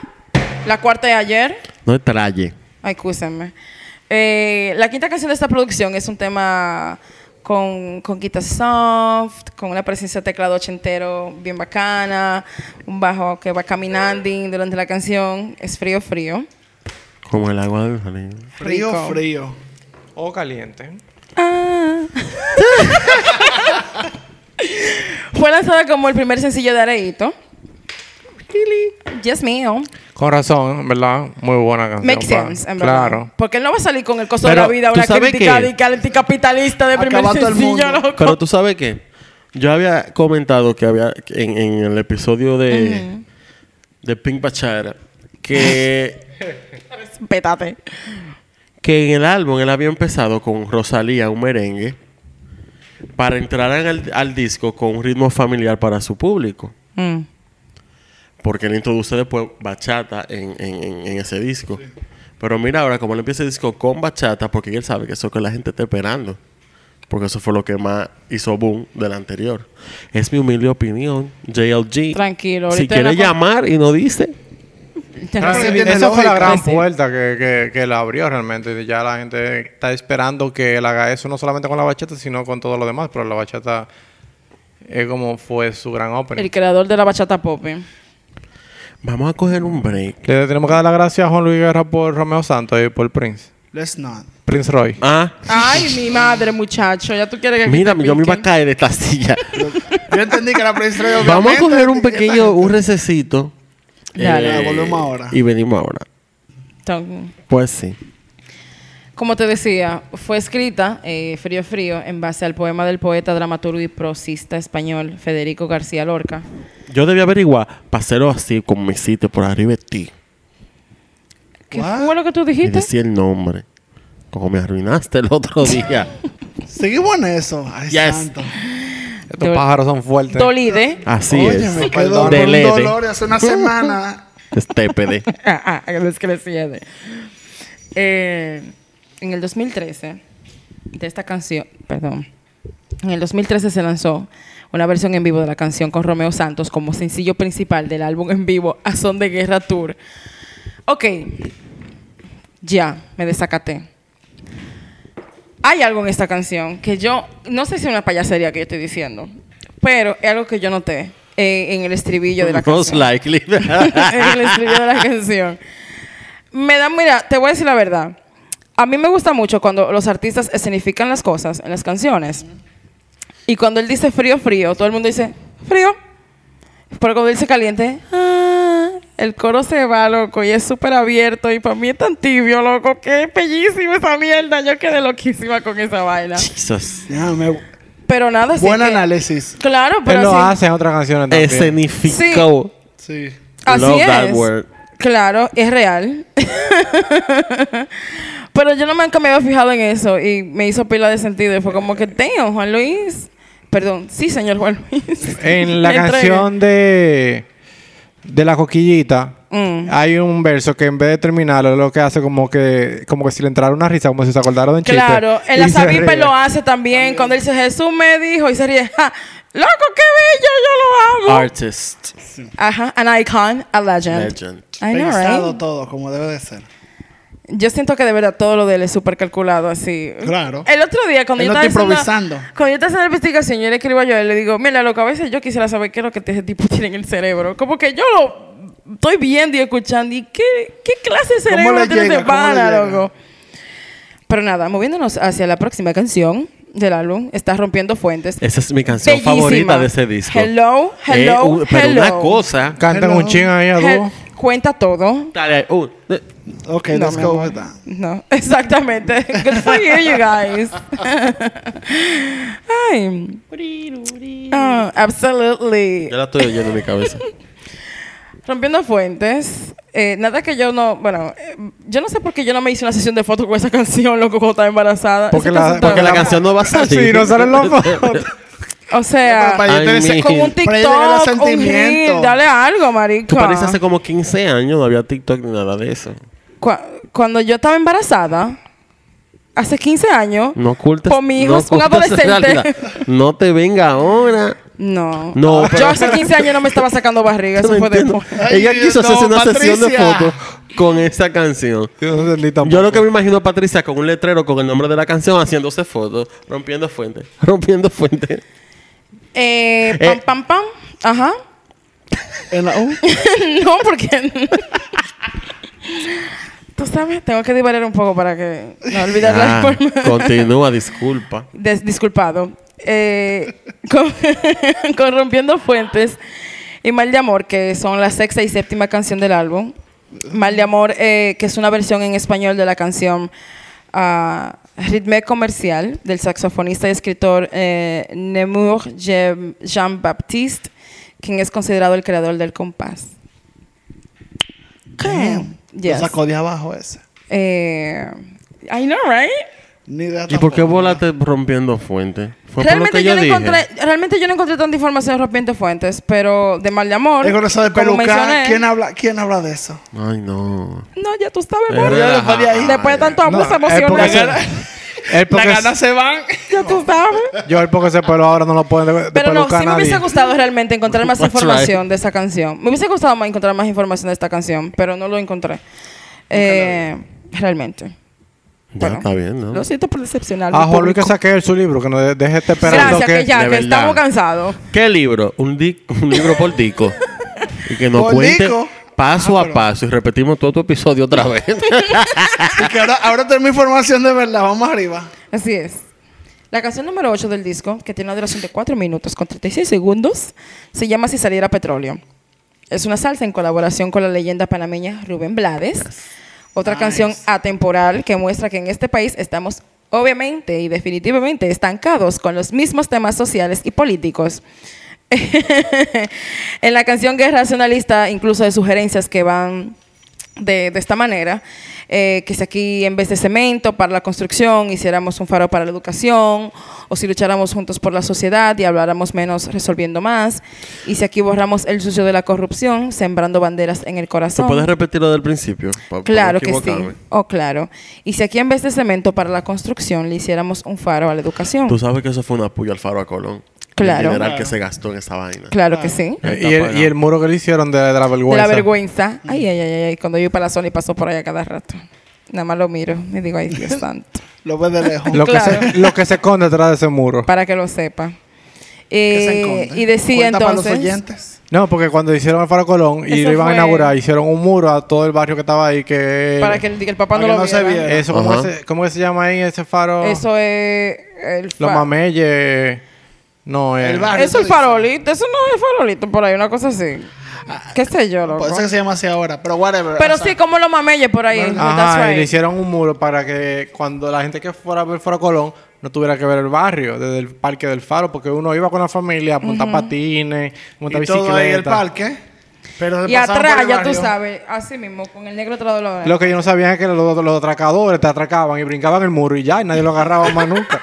S3: la cuarta de ayer.
S4: No es traje.
S3: Ay, cúsenme. Eh, la quinta canción de esta producción es un tema con, con guitar soft, con una presencia de teclado ochentero bien bacana, un bajo que va caminando durante la canción. Es frío, frío.
S4: Como el agua de un jaleo.
S2: frío,
S3: rico.
S2: frío.
S5: O caliente.
S3: Ah. Fue lanzada como el primer sencillo de Areito. Yes, mío.
S5: Con razón, ¿verdad? Muy buena canción.
S3: Makes
S5: pa.
S3: sense, en verdad.
S5: Claro.
S3: Porque él no va a salir con el costo
S4: Pero,
S3: de la vida,
S4: ¿tú
S3: una
S4: sabes
S3: crítica
S4: qué?
S3: de que anticapitalista de primer
S2: Acaba todo el
S3: sencillo,
S2: mundo.
S3: loco.
S4: Pero tú sabes qué? Yo había comentado que había en, en el episodio de, de Pink Bachara que,
S3: Pétate.
S4: que en el álbum él había empezado con Rosalía, un merengue, para entrar en el- al disco con un ritmo familiar para su público.
S3: Mm.
S4: Porque él introduce después bachata en, en- en- en ese disco. Pero mira ahora, como él empieza el disco con bachata, porque él sabe que eso es lo que la gente está esperando. Porque eso fue lo que más hizo boom del anterior. Es mi humilde opinión. JLG.
S3: Tranquilo, ahorita
S4: Si quiere
S3: la con-
S4: llamar y no dice.
S5: Ah,
S2: sí,
S5: sí,
S2: tiene
S5: esa fue la
S2: lógica,
S5: gran
S3: Pues sí.
S5: puerta que, que, que la abrió realmente. Ya la gente está esperando que él haga eso, no solamente con la bachata, sino con todo lo demás. Pero la bachata es como fue su gran opening.
S3: El creador de la bachata pop. ¿eh?
S4: Vamos a coger un break.
S5: Le tenemos que dar las gracias a Juan Luis Guerra por Romeo Santos y por Prince.
S2: Let's not.
S5: Prince Roy.
S4: Ah,
S3: Ay, mi madre, muchacho. Ya tú quieres que aquí
S4: mira,
S3: te
S4: yo me iba a
S3: piquen.
S4: caer de esta silla.
S2: Yo entendí que era Prince Roy,
S4: Vamos a
S2: obviamente.
S4: coger un pequeño, un recesito.
S3: Dale.
S2: Ah, volvemos ahora.
S4: Y venimos ahora.
S3: Entonces,
S4: Pues sí.
S3: Como te decía, fue escrita eh, Frío Frío en base al poema del poeta, dramaturgo y prosista español Federico García Lorca.
S4: Yo debía averiguar, pasero así con mi sitio por arriba de ti.
S3: ¿Qué
S2: What?
S3: fue lo que tú
S4: Y
S3: dijiste?
S4: decía el nombre. Como me arruinaste el otro día.
S2: Seguimos en eso. Ay,
S4: Yes.
S2: santo.
S5: Estos
S3: Dol-
S5: pájaros son fuertes.
S3: Dolide.
S4: Así
S2: Oye, me
S4: es.
S2: quedo con
S4: De
S2: un
S4: leve.
S2: dolor de hace una semana.
S4: Estépede.
S3: Ah, ah, es que le sigue. Eh, en el 2013, de esta canción, perdón, en el 2013 se lanzó una versión en vivo de la canción con Romeo Santos como sencillo principal del álbum en vivo A Son de Guerra Tour. Ok, ya, me desacaté. Hay algo en esta canción que yo, no sé si es una payasería que yo estoy diciendo, pero es algo que yo noté eh, en el estribillo de la
S4: Most
S3: canción
S4: likely.
S3: en el estribillo de la canción. Me da, mira, te voy a decir la verdad. A mí me gusta mucho cuando los artistas escenifican las cosas en las canciones. Y cuando él dice frío, frío, todo el mundo dice frío. Pero cuando él dice caliente, ah, el coro se va, loco, y es súper abierto. Y para mí es tan tibio, loco, que es bellísima esa mierda. Yo quedé loquísima con esa vaina.
S4: Jesus.
S2: Ya, me-
S3: Pero nada, sí
S2: Buen
S3: que-
S2: análisis.
S3: Claro, pero.
S5: Él lo
S3: sí.
S5: hace en otras canciones también.
S4: Escenificó.
S2: Sí.
S3: Así
S4: Love
S3: es.
S4: that word.
S3: Claro, es real. Pero yo no me me había fijado en eso y me hizo pila de sentido. Y fue como que, damn, Juan Luis. Perdón, sí, señor Juan Luis.
S5: En la
S3: Entregue.
S5: canción de, de la coquillita
S3: Mm.
S5: hay un verso que en vez de terminarlo lo que hace como que como que si le entrara una risa como si se acordara de un chiste.
S3: Claro, en la
S5: y se
S3: Sabipe
S5: ríe.
S3: lo hace también. Cuando él dice, Jesús me dijo y se ríe, "Ja, loco, qué bello, yo lo amo.
S4: Artist.
S3: Ajá, an icon, a legend.
S4: Legend.
S3: I know,
S2: Pensado
S3: right?
S2: todo, como debe de ser.
S3: Yo siento que de verdad todo lo de él es súper calculado así.
S2: Claro.
S3: El otro día cuando
S2: Él
S3: yo
S2: no
S3: estaba
S2: está improvisando.
S3: haciendo- cuando yo estaba haciendo la investigación, yo le escribo a Joel, le digo, mira, loco, a veces yo quisiera saber qué es lo que este tipo tiene en el cerebro. Como que yo lo estoy viendo y escuchando y qué, qué clase de
S2: ¿Cómo
S3: cerebro
S2: le
S3: tiene
S2: llega?
S3: ese
S2: ¿Cómo le
S3: pana,
S2: llega?
S3: loco. Pero nada, moviéndonos hacia la próxima canción del álbum, está rompiendo fuentes.
S4: Esa es mi canción
S3: Bellísima.
S4: favorita de ese disco.
S3: Hello,
S4: Eh,
S3: hello,
S4: un- pero una
S3: hello.
S4: cosa.
S5: Cantan un
S2: Hello.
S5: ching ahí a
S3: Hel-
S5: dúo.
S3: Cuenta todo,
S4: Dale, ahí, un, eh,
S2: Ok,
S3: No,
S2: let's
S3: mi
S2: go
S3: amor.
S2: with that.
S3: No, exactamente. Good for you, you guys. Ay. Ah, absolutely.
S4: Yo la estoy oyendo en mi cabeza.
S3: Rompiendo fuentes. eh, nada que yo no. Bueno, eh, yo no sé por qué yo no me hice una sesión de fotos con esa canción, loco, cuando estaba embarazada.
S5: Porque
S3: Esa
S5: la-
S3: canción
S4: Porque
S3: estaba-
S4: la canción no va a salir.
S5: Sí, no salen los fotos.
S3: O sea,
S2: Para yo
S4: Ay,
S2: tener ese-
S4: mi-
S3: con un
S2: para llegar al
S3: TikTok, un
S2: sentimiento.
S3: reel, dale algo, marica.
S4: Tú pareces hace como 15 años, no había TikTok ni nada de eso.
S3: Cua- Cuando yo estaba embarazada, hace 15 años.
S4: No ocultes.
S3: Pues mi hijo
S4: no
S3: es un
S4: ocultes esa
S3: adolescente.
S4: realidad. No te venga ahora.
S3: No.
S4: No,
S3: Yo
S4: pero-
S3: hace 15 años no me estaba sacando barriga.
S4: Tú
S3: Eso
S4: me
S3: fue
S4: entiendes.
S3: después.
S2: Ay,
S4: Ella quiso
S2: no,
S4: hacerse una sesión de
S2: Patricia.
S4: fotos con esa canción.
S5: Yo no entendí
S4: Yo
S5: tampoco.
S4: lo que me imagino a Patricia con un letrero con el nombre de la canción haciéndose fotos, rompiendo fuentes, rompiendo fuentes.
S3: Eh,
S4: Eh.
S3: pam, pam, pam. Ajá.
S2: En la- uh,
S3: no, porque... Tú sabes, tengo que divagar un poco para que no olvidar la
S4: Ah,
S3: forma.
S4: continúa, disculpa.
S3: Des- disculpado. Eh, con, con Rompiendo Fuentes y Mal de Amor, que son la sexta y séptima canción del álbum. Mal de Amor, eh, que es una versión en español de la canción ah, Ritme Comercial del saxofonista y escritor eh, Nemours Je- Jean-Baptiste, quien es considerado el creador del compás.
S2: damn.
S3: Yes.
S2: Lo sacó de abajo ese.
S3: Eh, I know, right?
S2: Ni idea
S4: ¿Y por qué
S2: tampoco.
S4: volaste rompiendo fuentes? Fue Pues por lo
S3: Realmente
S4: que
S3: yo,
S4: yo,
S3: no
S4: dije.
S3: encontré, realmente yo no encontré tanta información de Rompiente Fuentes, pero de mal de amor.
S2: Es con eso de
S3: como mencioné-
S2: peluca. ¿Quién habla, ¿Quién habla de eso?
S4: Ay, no.
S3: No, ya tú sabes,
S4: Es
S3: amor.
S4: verdad.
S2: Yo podía ir.
S3: Después de tanto abuso
S5: No, es porque
S3: emocional,
S5: se- es porque se-
S2: se van.
S3: ya tú sabes.
S5: Yo el porque ese pelo ahora no lo pueden de, de
S3: Pero no, sí
S5: peluca a
S3: me hubiese
S5: nadie.
S3: gustado realmente encontrar más
S4: That's right.
S3: información de esa canción. Me hubiese gustado más encontrar más información de esta canción, pero no lo encontré. Eh, realmente.
S4: Ya
S3: Bueno,
S4: está bien, ¿no?
S3: Lo siento por decepcionar.
S5: A
S3: mi
S5: Juan Luis Ah, que
S3: público.
S5: saque él su libro, que no de- deje este esperando
S3: Gracias,
S5: que...
S3: que ya,
S4: De
S3: que
S4: verdad.
S3: estamos cansados.
S4: ¿Qué libro? Un, di- un libro por dico. y que nos
S2: ¿Por
S4: cuente
S2: dico?
S4: paso
S2: Ah,
S4: a
S2: pero-
S4: paso y repetimos todo tu episodio otra vez.
S2: Y que ahora, ahora tengo información de verdad. Vamos arriba.
S3: Así es. La canción número 8 del disco, que tiene una duración de 4 minutos con 36 segundos, se llama Si saliera petróleo. Es una salsa en colaboración con la leyenda panameña Rubén Blades, Otra
S2: Nice.
S3: canción atemporal que muestra que en este país estamos obviamente y definitivamente estancados con los mismos temas sociales y políticos. en la canción que es racionalista, incluso hay sugerencias que van de, de esta manera, eh, que si aquí en vez de cemento para la construcción hiciéramos un faro para la educación, o si lucháramos juntos por la sociedad y habláramos menos resolviendo más, y si aquí borramos el sucio de la corrupción, sembrando banderas en el corazón.
S4: ¿Tú puedes repetirlo del principio? Pa- para
S3: Claro
S4: no
S3: que sí.
S4: equivocarme?
S3: Oh, claro. Y si aquí en vez de cemento para la construcción le hiciéramos un faro a la educación.
S4: Tú sabes que eso fue una puya al faro a Colón.
S3: Claro.
S4: El general
S2: Claro.
S4: que se gastó en esa vaina.
S3: Claro
S2: Ah,
S3: que sí.
S5: Eh, Y el, y el muro que le hicieron de, de la
S3: De
S5: vergüenza.
S3: la vergüenza. Ay, ay, ay, ay. Cuando yo iba para la zona y paso por allá cada rato. Nada más lo miro. Me digo, ay, Dios santo.
S2: Lo ves de lejos.
S5: Lo,
S3: Ah, Claro.
S5: que se, lo que se esconde detrás de ese muro.
S3: Para que lo sepa.
S2: que se
S3: Eh,
S2: esconde.
S3: y decía
S2: Cuenta
S3: entonces.
S2: Para los oyentes.
S5: No, porque cuando hicieron el Faro Colón y
S3: Eso
S5: lo iban
S3: fue-
S5: a inaugurar, hicieron un muro a todo el barrio que estaba ahí que...
S3: Para que el, el papá
S2: Para
S3: no
S2: que
S3: lo
S2: no se
S3: viera.
S2: viera.
S5: Eso, ¿cómo,
S4: Ajá.
S5: se, ¿cómo que se llama ahí ese faro?
S3: Eso es. El
S5: Los
S3: fa-
S5: mameyes... No, eh.
S2: El barrio.
S3: Eso es
S2: tú dices.
S3: farolito. Eso no es farolito por ahí, una cosa así.
S2: Ah,
S3: ¿Qué sé yo, loco?
S2: Puede ser que se llama así ahora, pero whatever.
S3: Pero
S2: o sea,
S3: sí, como los mameyes por ahí. That's
S5: Ajá, y le
S3: right.
S5: hicieron un muro para que cuando la gente que fuera a ver Faro Colón no tuviera que ver el barrio desde el parque del Faro, porque uno iba con la familia a montar patines, montar
S2: Y
S5: bicicleta.
S2: todo ahí el parque. Pero se
S3: Y
S2: pasaban por
S3: atrás,
S2: el
S3: ya tú
S2: barrio.
S3: sabes, así mismo, con el negro tras los
S5: Lo que yo no sabía es que los, los atracadores te atracaban y brincaban el muro y ya, y nadie lo agarraba más nunca.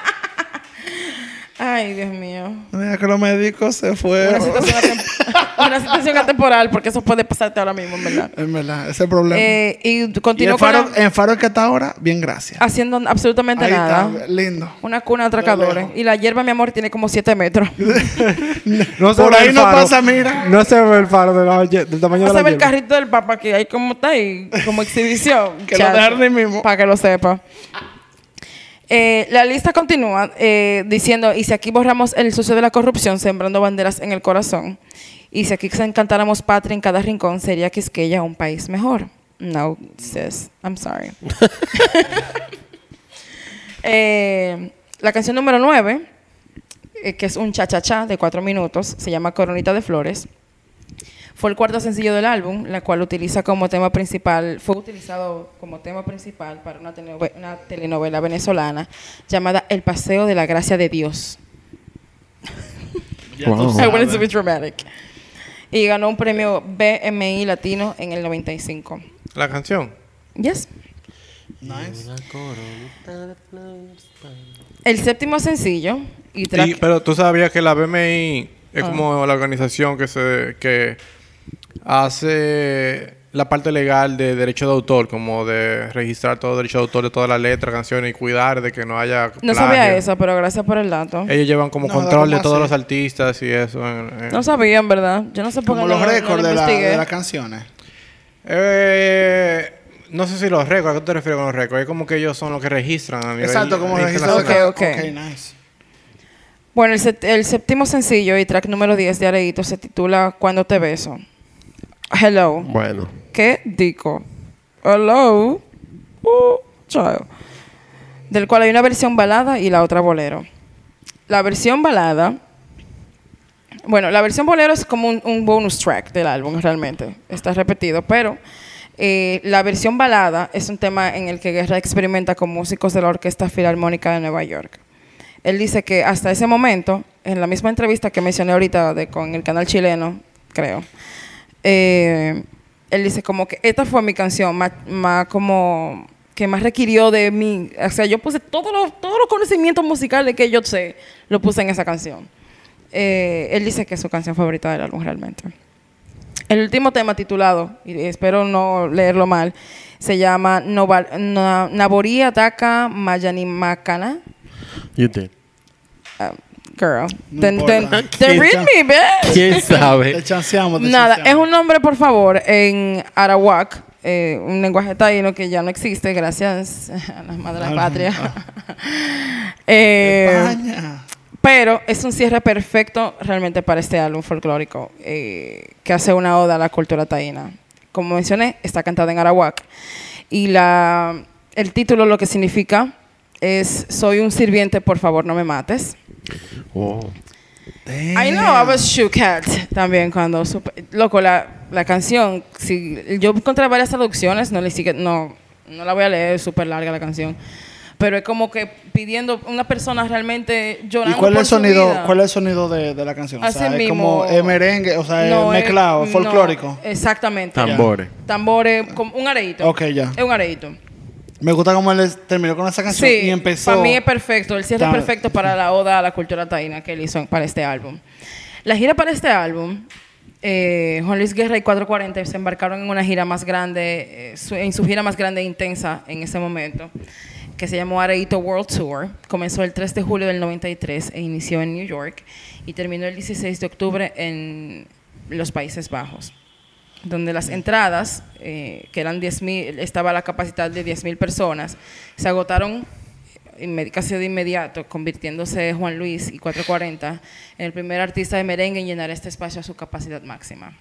S3: Ay, Dios mío.
S2: Mira que los médicos se
S3: Una
S2: fueron.
S3: situación, atem- una situación atemporal, porque eso puede pasarte ahora mismo, en verdad.
S2: En verdad, ese es el problema.
S3: Eh, y
S2: y
S3: continuó
S2: el faro,
S3: con la-
S2: el faro que está ahora, bien, gracias.
S3: haciendo absolutamente
S2: Ahí
S3: nada.
S2: está, lindo.
S3: Una cuna de atracadores.
S2: lejos.
S3: Y la hierba, mi amor, tiene como 7 metros.
S5: No se
S2: Por
S5: ve
S2: ahí
S5: el
S2: no
S5: faro.
S2: pasa, mira.
S5: No se ve el faro de la ye- del tamaño
S3: No
S5: de
S3: se
S5: la
S3: ve el
S5: yema.
S3: carrito del papá aquí, ahí como está, ahí, como exhibición.
S2: Que lo dejaron ahí mismo.
S3: Para que lo sepa. Eh, la lista continúa eh, diciendo, y si aquí borramos el sucio de la corrupción, sembrando banderas en el corazón, y si aquí se encantáramos patria en cada rincón, sería Quisqueya un país mejor. No, sis, I'm sorry. Eh, la canción número 9, que es un cha-cha-cha de cuatro minutos, se llama Coronita de Flores. Fue el cuarto sencillo del álbum, la cual utiliza como tema principal, fue utilizado como tema principal para una, teleno- una telenovela venezolana llamada El Paseo de la Gracia de Dios.
S4: Wow.
S3: I wanted to be dramatic. Y ganó un premio BMI Latino en el 95.
S5: La canción.
S3: Yes.
S2: Nice.
S3: El séptimo sencillo y
S5: Y-
S3: track-
S5: pero tú sabías que la BMI es
S3: Ah.
S5: como la organización que se que hace la parte legal de derecho de autor, como de registrar todo derecho de autor de todas las letras, canciones y cuidar de que no haya.
S3: no
S5: plagio.
S3: sabía eso, pero gracias por el dato.
S5: Ellos llevan como
S2: No,
S5: control de
S2: ¿cómo
S5: todos
S2: así?
S5: los artistas y eso. en- en-
S3: No sabía, en verdad. Yo no sé por
S2: Como
S3: qué no-
S2: los
S3: no lo
S2: récords de, la-
S3: investigué.
S2: de las canciones.
S5: Eh, no sé si los récords, ¿a qué te refieres con los récords? Es como que ellos son los que registran. a nivel
S2: Exacto, como registrador.
S5: internacional.
S3: Ok, ok.
S2: nice.
S3: Bueno, el, sept- el séptimo sencillo y track número 10 de Areito se titula Cuando te beso. Hello.
S4: Bueno.
S3: ¿Qué dico? Hello. Oh, child. Del cual hay una versión balada y la otra bolero. La versión balada. Bueno, la versión bolero es como un, un bonus track del álbum, realmente. Está repetido, pero eh, la versión balada es un tema en el que Guerra experimenta con músicos de la Orquesta Filarmónica de Nueva York. Él dice que hasta ese momento, en la misma entrevista que mencioné ahorita de- con el canal chileno, creo, eh, él dice como que esta fue mi canción más, más como que más requirió de mí. O sea, yo puse todos los, todos los conocimientos musicales que yo sé, lo puse en esa canción. Eh, él dice que es su canción favorita del álbum realmente. El último tema titulado, y espero no leerlo mal, se llama Nova- Na- Naborí ataca Mayanimacana.
S4: You did.
S3: Girl.
S2: No
S3: then, then,
S2: importa.
S3: then read me, bitch.
S4: ¿Quién
S2: Te
S4: sabe?
S2: chanceamos. te
S3: Nada,
S2: chanceamos.
S3: es un nombre, por favor, en Arawak, eh, un lenguaje taíno que ya no existe, gracias a las madres
S2: Ah,
S3: patrias. eh,
S2: España.
S3: pero es un cierre perfecto realmente para este álbum folclórico eh, que hace una oda a la cultura taína. Como mencioné, está cantada en Arawak. Y la, el título lo que significa es Soy un sirviente, por favor no me mates.
S4: Wow.
S3: I know, I was shook at también cuando supe- loco la, la canción, si yo encontré varias traducciones, no le sigue no no la voy a leer, es súper larga la canción. Pero es como que pidiendo una persona realmente llorando.
S2: ¿Y cuál es
S3: por
S2: el
S3: su
S2: sonido,
S3: vida.
S2: cuál es el sonido de, de la canción? o
S3: Así
S2: sea, es
S3: mismo.
S2: como es merengue, o sea,
S3: No,
S2: es
S3: es-
S2: mezclado, es
S3: no,
S2: folclórico.
S3: exactamente.
S4: Tambores.
S3: Tambores, como un areíto.
S2: Ok, ya.
S3: Es un areíto.
S2: Me gusta cómo él es- terminó con esa canción
S3: Sí,
S2: y empezó.
S3: Para mí es perfecto. El cierre es
S2: Ta-
S3: perfecto para la oda a la cultura taína que él hizo para este álbum. La gira para este álbum, eh, Juan Luis Guerra y 440 se embarcaron en una gira más grande, eh, su- en su gira más grande e intensa en ese momento, que se llamó Areito World Tour. Comenzó el 3 de julio del 93 e inició en New York y terminó el 16 de octubre en los Países Bajos donde las entradas, eh, que eran 10.000, estaba la capacidad de 10.000 personas, se agotaron inme- casi de inmediato, convirtiéndose Juan Luis y 440 en el primer artista de merengue en llenar este espacio a su capacidad máxima.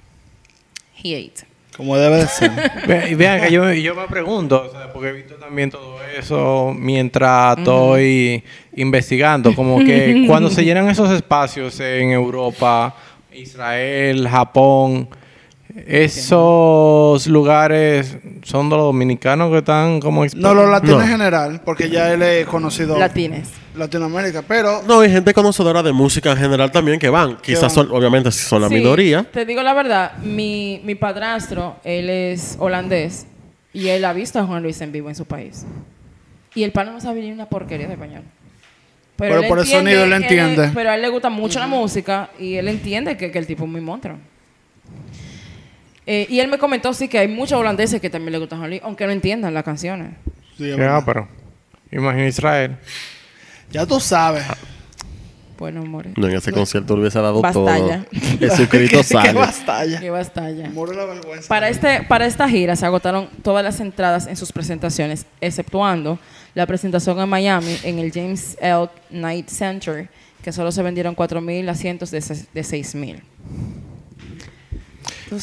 S3: He ate.
S2: Como debe de ser.
S5: Ve- y Vean que yo, yo me pregunto, o sea, porque he visto también todo eso mientras estoy investigando, como que cuando se llenan esos espacios en Europa, Israel, Japón, esos lugares son de los dominicanos que están como
S2: No, los latinos
S4: No.
S2: en general, porque ya él es conocido
S3: Latines.
S2: Latinoamérica, pero
S4: No, hay gente conocedora de música en general también que van. Quizás
S2: van.
S4: son, obviamente, si son la
S3: Sí,
S4: minoría.
S3: Te digo la verdad, mi, mi padrastro, él es holandés y él ha visto a Juan Luis en vivo en su país. Y el pana no sabe ni una porquería de español.
S2: Pero
S3: él
S2: por el sonido él entiende.
S3: pero a él le gusta mucho la música y él entiende que, que el tipo es muy monstruo. Eh, y él me comentó, sí, que hay muchos holandeses que también le gustan Juan Luis, aunque no entiendan las canciones.
S2: Sí, es
S5: Ya,
S2: verdad.
S5: ah, pero imagina Israel.
S2: ya tú sabes.
S3: Bueno, amores.
S4: No, en ese concierto le hubiese dado
S3: Basta
S4: todo.
S3: ya.
S4: Jesucristo
S2: Que
S4: sale.
S2: basta ya.
S3: Qué basta ya.
S2: Muero la vergüenza.
S3: Para, este, para esta gira se agotaron todas las entradas en sus presentaciones, exceptuando la presentación en Miami en el James L. Knight Center, que solo se vendieron 4.000 asientos de, ses- de 6.000.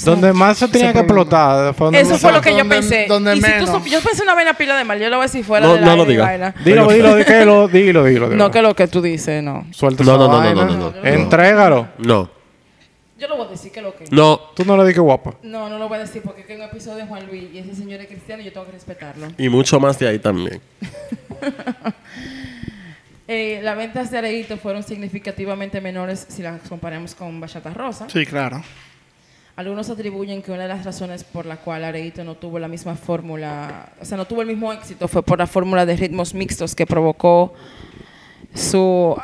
S5: Donde más se tenía que explotar. fue donde
S3: Eso
S5: más
S3: fue
S5: se-
S3: lo que yo
S2: donde-
S3: pensé.
S2: donde
S3: y si tú
S2: menos.
S3: sup- yo pensé una vaina pila de mal, yo lo voy a decir fuera
S4: No,
S3: de
S4: no
S3: la
S4: lo diga.
S3: vaina.
S5: Dilo, dilo, dilo, dilo, dilo, dilo.
S3: No que lo que tú dices, no.
S5: Suelta
S4: No,
S5: esa
S4: no, no, no,
S5: vaina.
S4: no, no, no.
S5: Entrégalo.
S4: No,
S3: Yo lo voy a decir que lo que.
S4: no.
S5: Tú no le digas guapa.
S3: No, no lo voy a decir porque es que hay un episodio de Juan Luis y ese señor es cristiano y yo tengo que respetarlo.
S4: Y mucho más de ahí también.
S3: Eh, las ventas de Areguito fueron significativamente menores si las comparamos con Bachata Rosa.
S2: Sí, claro.
S3: Algunos atribuyen que una de las razones por la cual Areguito no tuvo la misma fórmula, o sea, no tuvo el mismo éxito fue por la fórmula de ritmos mixtos que provocó su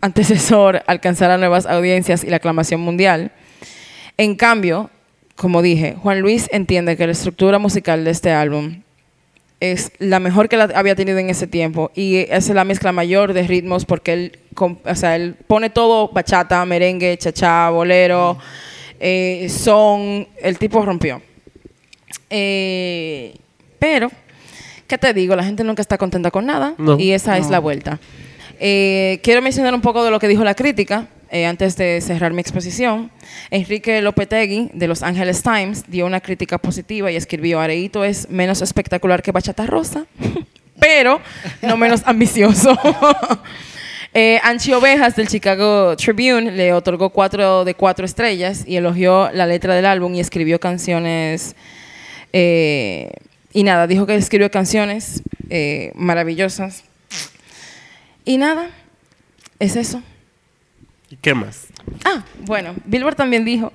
S3: antecesor alcanzar a nuevas audiencias y la aclamación mundial. En cambio, como dije, Juan Luis entiende que la estructura musical de este álbum es la mejor que la había tenido en ese tiempo y es la mezcla mayor de ritmos porque él, com- o sea, él pone todo bachata, merengue, chachá, bolero, eh, son, el tipo rompió. Eh, pero, ¿qué te digo? La gente nunca está contenta con nada
S4: No.
S3: y esa es la vuelta. Eh, quiero mencionar un poco de lo que dijo la crítica eh, antes de cerrar mi exposición. Enrique Lopetegui de Los Angeles Times dio una crítica positiva y escribió, Areito es menos espectacular que Bachata Rosa, pero no menos ambicioso. Eh, Anchi Ovejas del Chicago Tribune le otorgó cuatro de cuatro estrellas y elogió la letra del álbum y escribió canciones eh, y nada, dijo que escribió canciones eh, maravillosas. Y nada, es eso.
S4: ¿Y qué más?
S3: Ah, bueno, Billboard también dijo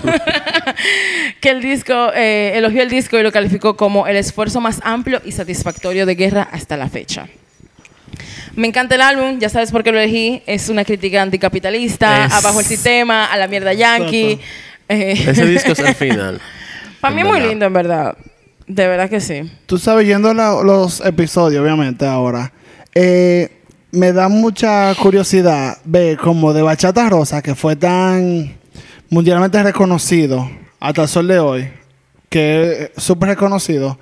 S3: que el disco, eh, elogió el disco y lo calificó como el esfuerzo más amplio y satisfactorio de guerra hasta la fecha. Me encanta el álbum, ya sabes por qué lo elegí. Es una crítica anticapitalista,
S4: Es-
S3: abajo el sistema, a la mierda yankee. Eh,
S4: Ese disco es el final.
S3: Para mí es muy
S4: verdad.
S3: lindo, en verdad. De verdad que sí.
S2: Tú sabes, yendo la- los episodios, obviamente, ahora, eh, me da mucha curiosidad ver como de Bachata Rosa, que fue tan mundialmente reconocido hasta el sol de hoy, que es súper reconocido.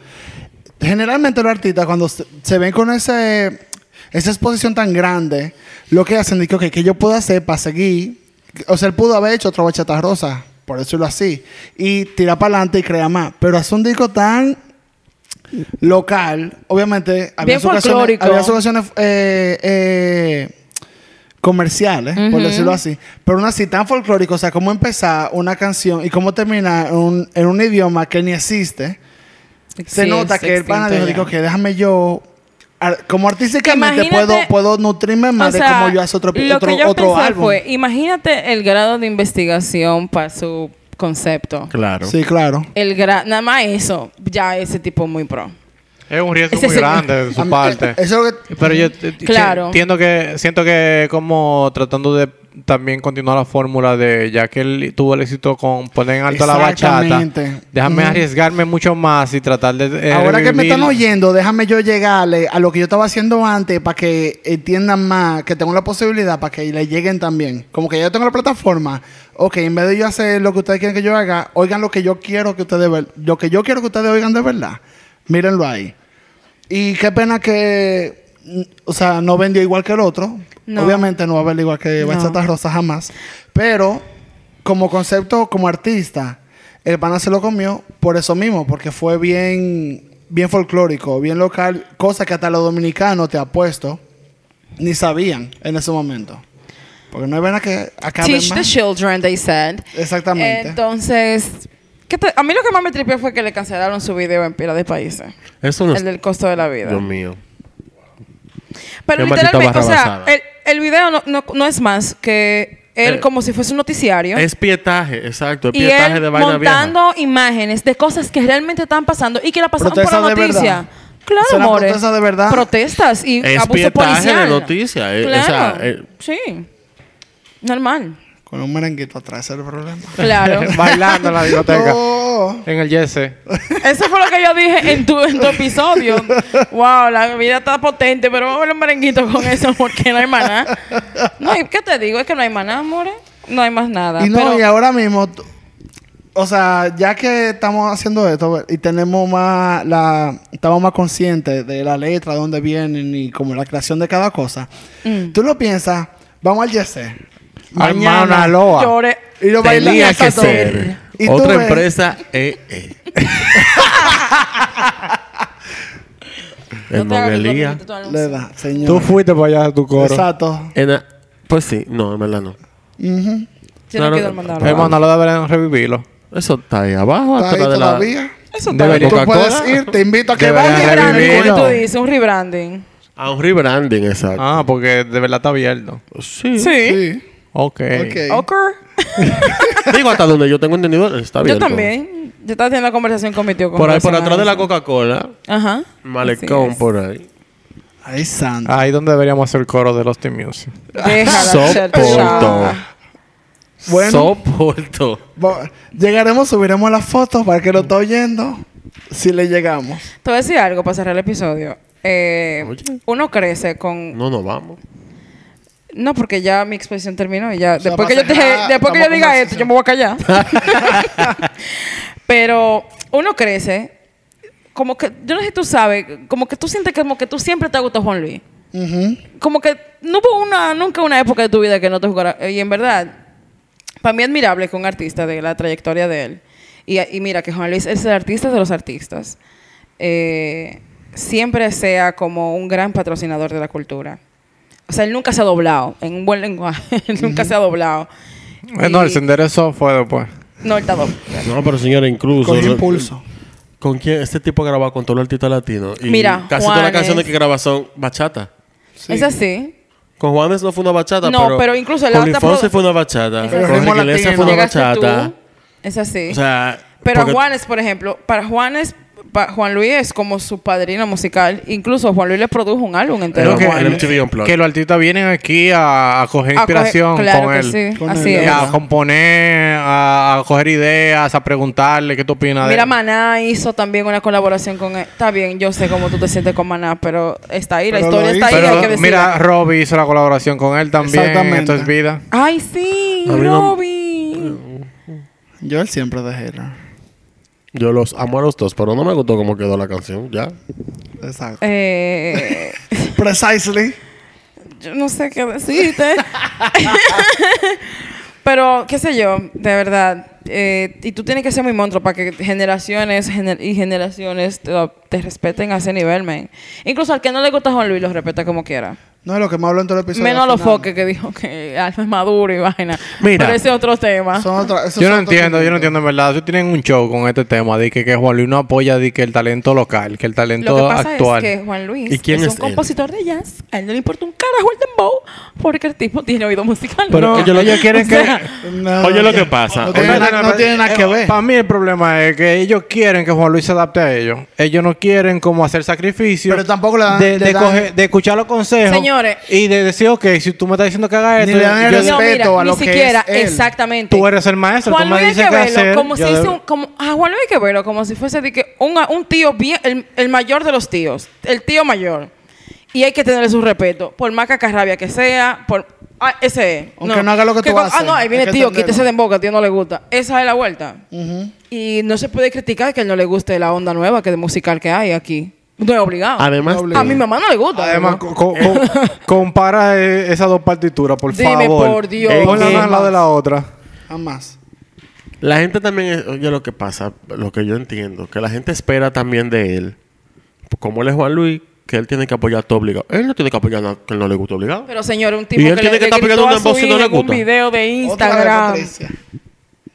S2: Generalmente los artistas, cuando se, se ven con ese, esa exposición tan grande, lo que hacen es que, ok, ¿qué yo puedo hacer para seguir? O sea, él pudo haber hecho otra Bachata Rosa, por decirlo así, y tirar para adelante y crear más. Pero hace un disco tan local, obviamente había
S3: Bien
S2: sus ocasiones,
S3: folclórico.
S2: había sus ocasiones eh, eh, comerciales, por decirlo así, pero aún así tan folclórico, o sea, cómo empezar una canción y cómo terminar en un- en un idioma que ni existe. se
S3: Sí,
S2: nota
S3: es
S2: que el pana
S3: extinto
S2: dijo,
S3: ya.
S2: digo, que déjame yo... ar- Como artísticamente
S3: Imagínate-
S2: puedo, puedo nutrirme más
S3: O sea,
S2: de cómo yo hago otro,
S3: lo
S2: otro,
S3: que yo
S2: otro
S3: pensé
S2: álbum.
S3: fue, imagínate el grado de investigación para su concepto.
S4: Claro.
S2: Sí, claro.
S3: El gra nada más eso, ya ese tipo muy pro.
S5: Es un riesgo
S3: Ese
S5: muy
S3: señor-
S5: grande de
S2: A
S5: su
S2: mí- eh,
S5: parte.
S2: Eso es lo que...
S5: Pero yo t- t-
S3: Claro.
S5: entiendo que siento que como tratando de también continuar la fórmula de ya que él tuvo el éxito con poner en alto la bachata,
S2: Exactamente.
S5: déjame
S2: Ujú.
S5: arriesgarme mucho más y tratar de eh,
S2: Ahora que me
S5: revivir-
S2: están oyendo, déjame yo llegarle a lo que yo estaba haciendo antes para que entiendan más, que tengo la posibilidad para que le lleguen también. Como que yo tengo la plataforma. Ok, en vez de yo hacer lo que ustedes quieren que yo haga, oigan lo que yo quiero que ustedes ver- lo que yo quiero que ustedes oigan de verdad. Mírenlo ahí. Y qué pena que mm, o sea, no vendió igual que el otro.
S3: No.
S2: Obviamente no va a vender igual que
S3: No.
S2: Bachata Rosa jamás. Pero como concepto, como artista, el pana se lo comió por eso mismo, porque fue bien, bien folclórico, bien local, cosa que hasta los dominicanos te apuesto ni sabían en ese momento. Porque no es verdad que acaben
S3: Teach the
S2: más.
S3: children, they said.
S2: Exactamente.
S3: Eh, Entonces, ¿qué te- a mí lo que más me tripió fue que le cancelaron su video en pila de países.
S4: Eso no es...
S3: El del costo de la vida.
S4: Dios mío.
S3: Pero
S4: Qué maldita
S3: literalmente, o sea,
S4: barrabasada.
S3: el, el video no, no- no es más que él
S4: Eh,
S3: como si fuese un noticiario.
S4: Es pietaje, exacto. Es
S3: y
S4: pietaje
S3: él
S4: de vaina vieja.
S3: montando imágenes de cosas que realmente están pasando y que la pasaron
S2: Protestas
S3: por
S2: de
S3: la noticia.
S2: verdad.
S3: Claro,
S2: Son las
S3: amores.
S2: protestas de verdad.
S3: Protestas y
S4: Es
S3: abuso
S4: pietaje
S3: policial.
S4: de noticia, eh, o sea,
S3: Claro.
S4: eh.
S3: sí. Normal.
S2: Con un merenguito atrás, ese es el problema.
S3: Claro.
S5: bailando en la discoteca
S2: No.
S5: en el Jesse.
S3: Eso fue lo que yo dije en tu, en tu episodio. wow, la vida está potente, pero vamos a ver un merenguito con eso porque no hay maná. No, ¿y ¿qué te digo? Es que no hay maná, amores. No hay más nada.
S2: Y no,
S3: pero-
S2: y ahora mismo, t- o sea, ya que estamos haciendo esto y tenemos más la, estamos más conscientes de la letra, de dónde vienen y como la creación de cada cosa.
S3: Mm.
S2: Tú lo piensas, vamos al Yes.
S5: Armar una loa.
S3: Lloré.
S2: Y lo bailamos.
S4: Tenía que
S2: exacto.
S4: ser.
S2: Y tú
S4: Otra
S2: ves-
S4: empresa, eh, eh.
S3: No
S4: en
S3: te hagas el
S4: Moguelía.
S3: loco, tú eres un
S2: Le da, señor.
S5: Tú fuiste para allá a tu coro.
S2: Exacto.
S4: En la- Pues sí, no, en verdad no.
S2: Ujú.
S3: Yo no
S4: Claro.
S3: quiero el mandado.
S5: El monólogo deberían revivirlo.
S4: Eso está ahí abajo,
S2: Está
S4: atrás
S2: ahí
S4: de la.
S2: todavía.
S3: Eso está
S5: Debería-
S3: bien.
S2: Tú
S4: Coca-Cola.
S2: puedes ir, te invito a que
S5: Deberías
S2: vayas.
S5: revisar.
S3: Rebranding,
S5: Divino.
S3: como tú dices, un rebranding.
S4: A un rebranding, exacto.
S5: Ah, porque de verdad está abierto.
S4: Sí.
S2: Sí.
S5: Ok.
S2: Ok.
S3: Ok.
S4: Digo, hasta donde yo tengo entendido, está bien.
S3: Yo también. Yo estaba haciendo la conversación con mi tío. con
S4: Por ahí, por
S3: relación a
S4: atrás de la
S3: eso.
S4: Coca-Cola,
S3: Ajá.
S4: malecón,
S3: Así es.
S4: por ahí.
S2: Ay, santo.
S5: Ahí donde deberíamos hacer coro de los Team Music.
S3: Déjala,
S4: Soporto.
S3: chacha.
S4: Ah,
S2: Bueno.
S4: Soporto.
S2: Bo- Llegaremos, subiremos las fotos para que lo esté oyendo. Si le llegamos.
S3: Te voy a decir algo para cerrar el episodio. Eh,
S4: Oye.
S3: uno crece con... No.
S4: No nos vamos.
S3: porque ya mi exposición terminó. y ya
S2: sea,
S3: Después que
S2: para
S3: yo, te-
S2: cerrar,
S3: después que
S2: estamos
S3: yo diga
S2: conversación.
S3: esto, yo me voy a callar. Pero uno crece... Como que... Yo no sé si tú sabes. Como que tú sientes que, como que tú siempre te ha gustado Juan Luis.
S2: Ujú.
S3: como que no hubo una, nunca una época de tu vida que no te jugara. eh, Y en verdad, para mí admirable que un artista de la trayectoria de él. Y, y mira que Juan Luis es el artista de los artistas. eh, siempre sea como un gran patrocinador de la cultura. O sea, él nunca se ha doblado, en un buen lenguaje, él nunca se ha doblado.
S5: Eh, No,
S3: Y-
S5: el sendero eso fue después.
S3: No, él está doblado.
S4: No, pero señora, incluso.
S2: Con impulso.
S4: ¿Con quién? Este tipo graba con todos los artistas latinos. Y
S3: Mira,
S4: casi todas las
S3: Juanes.
S4: canciones que graba son bachata.
S3: Es así.
S4: Con Juanes no fue una bachata,
S3: No,
S4: pero.
S3: pero incluso el
S4: Con
S3: alta
S4: Lifonse
S3: produ-
S4: fue una bachata.
S3: Pero
S4: Con
S2: ritmo
S4: Enrique Iglesias
S2: latino.
S4: fue una
S3: Llegaste
S4: bachata.
S3: tú, es así.
S4: O sea.
S3: Pero
S4: porque-
S3: Juanes, por ejemplo, para Juanes, pa- Juan Luis es como su padrino musical. Incluso Juan Luis le produjo un álbum entero.
S4: Pero
S5: Creo
S3: a
S5: que,
S4: Juan-
S3: Juan
S4: el
S3: Luis.
S4: MTV Unplugged.
S5: que los artistas vienen aquí a, a coger
S3: A coger-
S5: inspiración
S3: claro
S5: con
S3: que
S5: él.
S3: sí,
S2: Con
S3: así
S2: él,
S3: es.
S5: a componer, a, a coger ideas, a preguntarle qué tú opinas de
S3: Mira, Maná hizo también una colaboración con él. Está bien, yo sé cómo tú te sientes con Maná, pero está ahí, la
S2: Pero
S3: historia
S2: lo
S3: está ahí,
S2: hizo.
S3: hay que
S5: Pero
S3: decirlo.
S5: mira, Robbie hizo la colaboración con él también.
S2: Exactamente.
S5: Esto es vida.
S3: Ay, sí,
S4: A mí no-
S3: Robin.
S2: Yo él siempre de hater.
S4: Yo los amo a los dos, pero no me gustó cómo quedó la canción, ya.
S2: Exacto.
S3: Eh,
S2: Precisely.
S3: yo no sé qué decirte. Pero, qué sé yo, de verdad. eh, y tú tienes que ser muy monstruo para que generaciones gener- y generaciones te, te respeten a ese nivel, man. Incluso al que no le gusta Juan Luis, lo respeta como quiera.
S2: No es lo que más habló en todo el episodio.
S3: Menos
S2: al
S3: los
S2: final.
S3: foques que dijo que Alfa es maduro y vaina.
S4: Mira.
S3: Pero ese es otro tema.
S2: Son otra- esos
S5: Yo
S2: son
S5: no
S2: otros
S5: entiendo, yo no
S2: quinientos.
S5: entiendo en verdad. Ellos tienen un show con este tema de que, que Juan Luis no apoya de que el talento local, que el talento
S3: Lo que pasa
S5: actual.
S3: es que Juan Luis
S4: ¿Y quién
S3: es,
S4: es
S3: un
S4: él?
S3: compositor de jazz. A él no le importa un carajo el dembow porque el tipo tiene oído musical.
S5: Pero
S3: No.
S5: ellos, ellos quieren
S3: O
S5: que...
S3: sea,
S2: No,
S4: Oye,
S2: no,
S4: lo
S2: no.
S4: que pasa.
S2: Eh, No tiene
S4: Oye,
S2: nada- no tiene nada que ver.
S5: Eh, Para mí el problema es que ellos quieren que Juan Luis se adapte a ellos. Ellos no quieren como hacer sacrificio.
S2: Pero tampoco le dan-
S5: de,
S2: le
S5: de
S2: dan-
S5: coger- de escuchar los consejos.
S3: Señores.
S5: Y de decir, ok, si tú me estás diciendo que haga
S2: Ni
S5: esto,
S2: le dan el
S5: yo-
S2: respeto a lo
S3: ni
S2: que
S3: siquiera,
S2: es él.
S3: exactamente.
S5: tú eres el maestro.
S3: Juan
S5: tú me
S3: Luis
S5: dices
S3: hay
S5: qué
S3: que verlo
S5: hacer.
S3: como si
S5: yo
S3: dice
S5: debo-
S3: un, como, a Juan Luis hay que verlo como si fuese de que un, un tío bien, el, el mayor de los tíos, el tío mayor. Y hay que tenerle su respeto, por más cacarrabia que sea, por ah, ese es.
S2: Aunque no haga lo que tú
S3: con- Ah,
S2: haces,
S3: no, ahí viene
S2: hay que
S3: tío,
S2: entenderlo.
S3: quítese de en boca, tío no le gusta. Esa es la vuelta.
S2: Ujú.
S3: Y no se puede criticar que él no le guste la onda nueva que de musical que hay aquí. No es obligado.
S4: Además,
S3: a mi mamá no le gusta.
S5: Además,
S3: ¿no?
S5: co- co- co- compara eh, esas dos partituras, por
S3: Dime,
S5: favor.
S3: por Dios.
S5: Ponla
S4: Ey,
S5: una al lado de la otra.
S2: Jamás.
S4: la gente también, es- oye, lo que pasa, lo que yo entiendo, que la gente espera también de él, como él es Juan Luis, que él tiene que apoyar todo obligado. Él no tiene que apoyar nada que él no le gusta obligado.
S3: Pero señor, un
S4: Y
S3: tipo
S4: él
S3: que
S4: tiene
S3: le,
S4: que
S3: le
S4: estar
S3: gritó
S4: pegando un
S3: a su
S4: dembow si no
S3: hija
S4: le
S3: en un
S4: gusta.
S3: video de
S2: Otra
S3: Instagram.
S2: vez Patricia.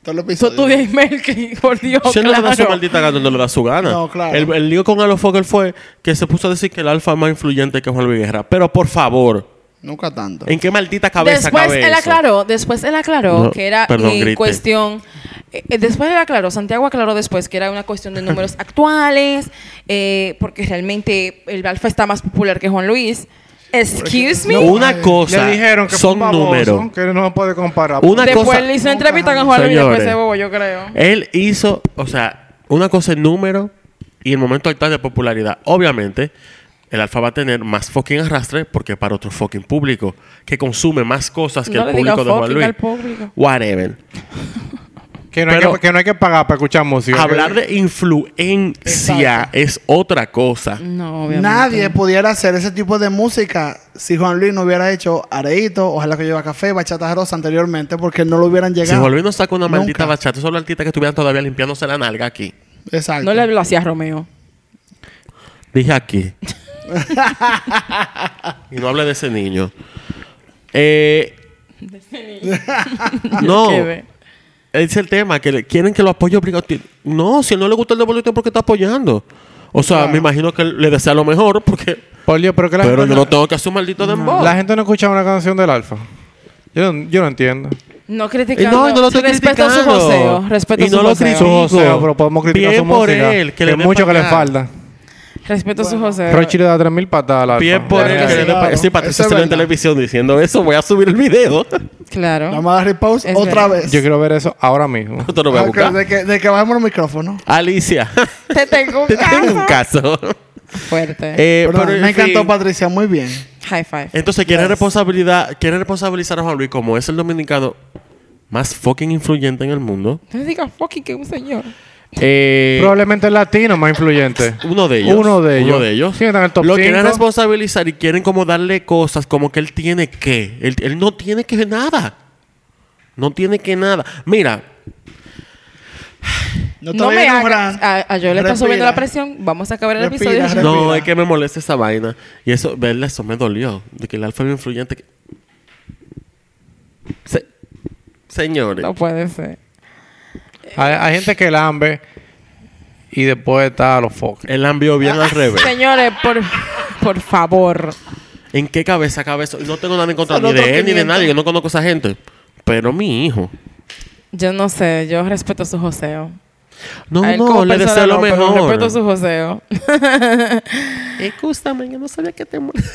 S2: Todo el
S3: Eso
S2: episodio.
S3: tú dices, Melqui, por Dios.
S5: Oh,
S4: si él no le da su
S3: claro.
S4: maldita gana, él no le da su gana.
S2: No, claro.
S4: el, el lío con Alofoque fue que se puso a decir que el alfa es más influyente que Juan Luis Guerra. Pero por favor,
S2: Nunca tanto.
S4: ¿en qué maldita cabeza
S3: después
S4: cabe
S3: él
S4: eso?
S3: aclaró, después él aclaró
S4: No,
S3: que era
S4: perdón,
S3: en
S4: grité.
S3: cuestión. eh, eh, después él aclaró, Santiago aclaró después que era una cuestión de números actuales, eh, porque realmente el Alfa está más popular que Juan Luis. Excuse me.
S4: No, Una cosa
S5: Le dijeron que fue
S4: son
S5: un baboso,
S4: números.
S5: Que no puede comparar.
S4: Una
S3: después
S4: cosa-
S3: le hizo entrevista con Juan Luis y
S4: Señores.
S3: después se bobo, yo creo.
S4: Él hizo, o sea, una cosa en número y el momento actual de popularidad. Obviamente, el alfa va a tener más fucking arrastre porque para otro fucking público que consume más cosas que
S3: No
S4: el
S3: le
S4: público
S3: digas
S4: de Juan
S3: fucking
S4: Luis.
S3: al público.
S4: Whatever.
S5: Que no, hay
S4: Pero-
S5: que, que no hay que pagar para escuchar música.
S4: Hablar de influencia
S2: Exacto.
S4: es otra cosa.
S3: No, obviamente.
S2: Nadie pudiera hacer ese tipo de música si Juan Luis no hubiera hecho areíto, ojalá que lleva café, bachata rosa anteriormente, porque no lo hubieran llegado.
S4: Si Juan Luis no saca una maldita
S2: Nunca.
S4: bachata, solo artistas que estuvieran todavía limpiándose la nalga aquí.
S2: Exacto.
S3: No le lo hacía a Romeo.
S4: Dije aquí. y no hable de ese niño. Eh, no,
S3: Qué ve.
S4: es el tema, que le- quieren que lo apoye obligado. No, si no le gusta el deporte, ¿por qué está apoyando? O sea, me imagino que le desea lo mejor, porque...
S5: Por Dios, pero que la,
S4: Pero
S5: gente,
S4: yo no tengo que hacer un maldito dembow.
S5: la gente no escucha una canción del Alfa. Yo, no- yo no entiendo.
S3: No
S4: Y
S3: criticando.
S4: no, y no lo estoy
S3: Respeto
S4: criticando.
S3: su joseo. Respeto
S4: y no
S3: su
S4: lo
S3: joseo.
S4: critico.
S5: Su joseo, pero podemos criticar
S4: Bien
S5: su
S4: por
S5: música.
S4: él, que
S5: que
S4: le
S5: es
S4: dé
S5: mucho
S4: pa'
S5: que le
S4: acá. Eh,
S5: falta.
S3: Respeto su joseo.
S5: Rochi le da 3.000 patadas al Alfa.
S4: Bien por
S2: Claro
S4: él.
S2: que
S4: que le
S2: sí.
S4: dé pa-
S2: Claro,
S4: Sí, Patricia
S2: eso es
S4: se ve en
S2: verdad.
S4: televisión diciendo eso. Voy a subir el video.
S3: Claro.
S2: Vamos a dar repost
S3: Es
S2: otra
S3: verdad.
S2: vez.
S5: Yo quiero ver eso ahora mismo.
S4: Esto lo voy a
S2: Ah,
S4: buscar.
S2: que- de, que, de que bajemos los micrófonos.
S4: Alicia,
S3: Te tengo un
S4: te tengo un
S3: caso.
S4: caso.
S3: Fuerte.
S4: Eh,
S2: Perdón,
S4: pero, en
S2: me encantó
S4: fin,
S2: Patricia, muy bien.
S3: High five.
S4: Entonces, quiere responsabilidad, quiere responsabilizar a Juan Luis como es el dominicano más fucking influyente en el mundo.
S3: No le digas fucking que un señor.
S4: Eh,
S5: Probablemente el latino más influyente.
S4: uno de ellos.
S5: Uno de ellos.
S4: Uno de ellos.
S5: Sí, está en el top
S4: lo quieren
S5: cinco.
S4: responsabilizar y quieren como darle cosas como que él tiene que. Él, él no tiene que nada. No tiene que nada. Mira,
S2: No, te
S3: No me
S2: vayas a
S3: hagas.
S2: enojar.
S3: A, a Joel le está
S2: Respira.
S3: subiendo la presión. Vamos a acabar el
S2: Respira,
S3: episodio.
S2: respira.
S4: no, es que me molesta esa vaina. Y eso, verla, eso me dolió. De que el alfa es muy influyente. que- Se- Señores.
S3: No puede ser.
S5: Hay, hay gente que lambe y después está a los focos.
S4: Él la envió bien
S3: Ah,
S4: al revés.
S3: Señores, por, por favor.
S4: ¿En qué cabeza cabe eso? No tengo nada en contra
S2: Son
S4: ni
S2: otros
S4: de él ni de
S2: 500.
S4: nadie. Yo no conozco a esa gente. Pero mi hijo.
S3: Yo no sé. Yo respeto su joseo.
S4: No,
S3: A él
S4: no,
S3: como
S4: le
S3: persona
S4: deseo lo
S3: no, pero
S4: mejor.
S3: Respeto su joseo.
S4: Escúchame, yo no sabía que te molestaba.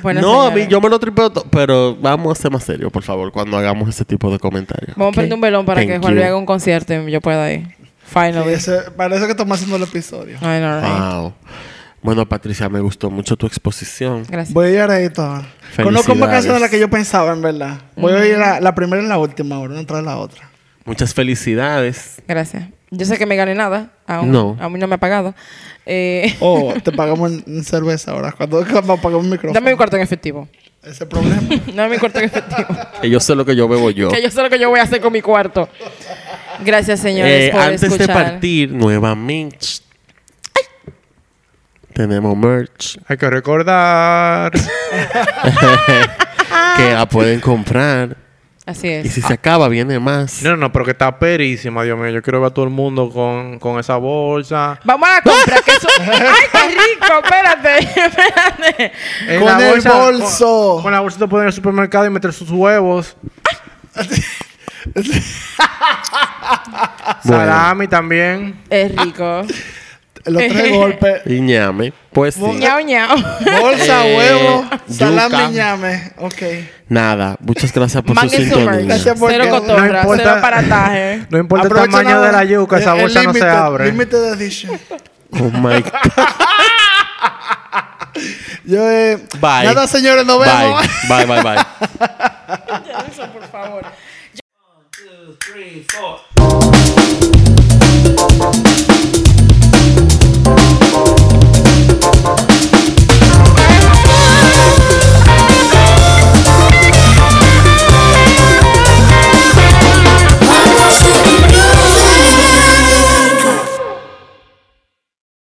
S3: Bueno,
S4: no, a
S3: señores,
S4: mí yo me lo tripeo todo. Pero vamos a ser más serios, por favor, cuando hagamos ese tipo de comentarios.
S3: Vamos a prender un velón para
S4: Thank
S3: que Juan Luis
S4: you.
S3: haga un concierto y yo pueda ir.
S2: Sí,
S3: Finally.
S2: ese- parece que estamos haciendo el episodio.
S3: I know, right?
S4: Wow. Bueno, Patricia, me gustó mucho tu exposición.
S3: Gracias.
S2: Voy a ir a areíto. Conozco más canciones de las que yo pensaba, en verdad. Voy a ir a la primera y la última, ahora una tras la otra.
S4: Muchas felicidades.
S3: Gracias. Yo sé que me gané nada. Aún,
S4: No.
S3: A mí no me ha pagado. Eh,
S2: Oh, te pagamos en, en cerveza ahora. Cuando, cuando apagamos el micrófono.
S3: dame mi cuarto en efectivo.
S2: Ese problema.
S3: Dame mi cuarto en efectivo.
S4: Que yo sé lo que yo bebo yo.
S3: que yo sé lo que yo voy a hacer con mi cuarto. Gracias, señores,
S4: Eh,
S3: por
S4: antes
S3: escuchar.
S4: de partir, nuevamente. Tenemos merch
S5: Hay que recordar.
S4: que la pueden comprar.
S3: Así
S4: Y
S3: es.
S4: si se acaba, viene más.
S5: No, no, no, pero que está perísima, Dios mío. Yo quiero ver a todo el mundo con, con esa bolsa.
S3: Vamos a la compra, que eso... ¡Ay, qué rico! Espérate, espérate.
S5: En
S2: Con
S5: la
S2: el
S5: bolsa-
S2: bolso.
S5: Con, con la bolsa te pueden ir al supermercado y meter sus huevos. Salami también.
S3: Es rico.
S4: Ah.
S2: Los tres golpes.
S4: Y ñame. Pues sí.
S3: ñao, ñao.
S2: Bolsa,
S4: Eh,
S2: huevo,
S4: yuca.
S2: salami, ñame. Ok.
S4: Nada. Muchas gracias por su
S3: Mangue Summer.
S4: sintonía.
S2: Gracias por
S3: Cero
S2: todo.
S3: cotorra,
S5: No importa-
S3: cero aparataje.
S5: No importa el
S2: Aprovechen
S5: tamaño de
S2: ahora
S5: la yuca, esa
S2: Eh, el- el
S5: bolsa no se
S2: limited-
S5: abre.
S2: Limited edition.
S4: Oh my God.
S2: Yo, eh,
S4: Bye.
S2: Nada, señores, nos vemos.
S4: Bye, bye, bye. bye.
S3: Eso, por favor.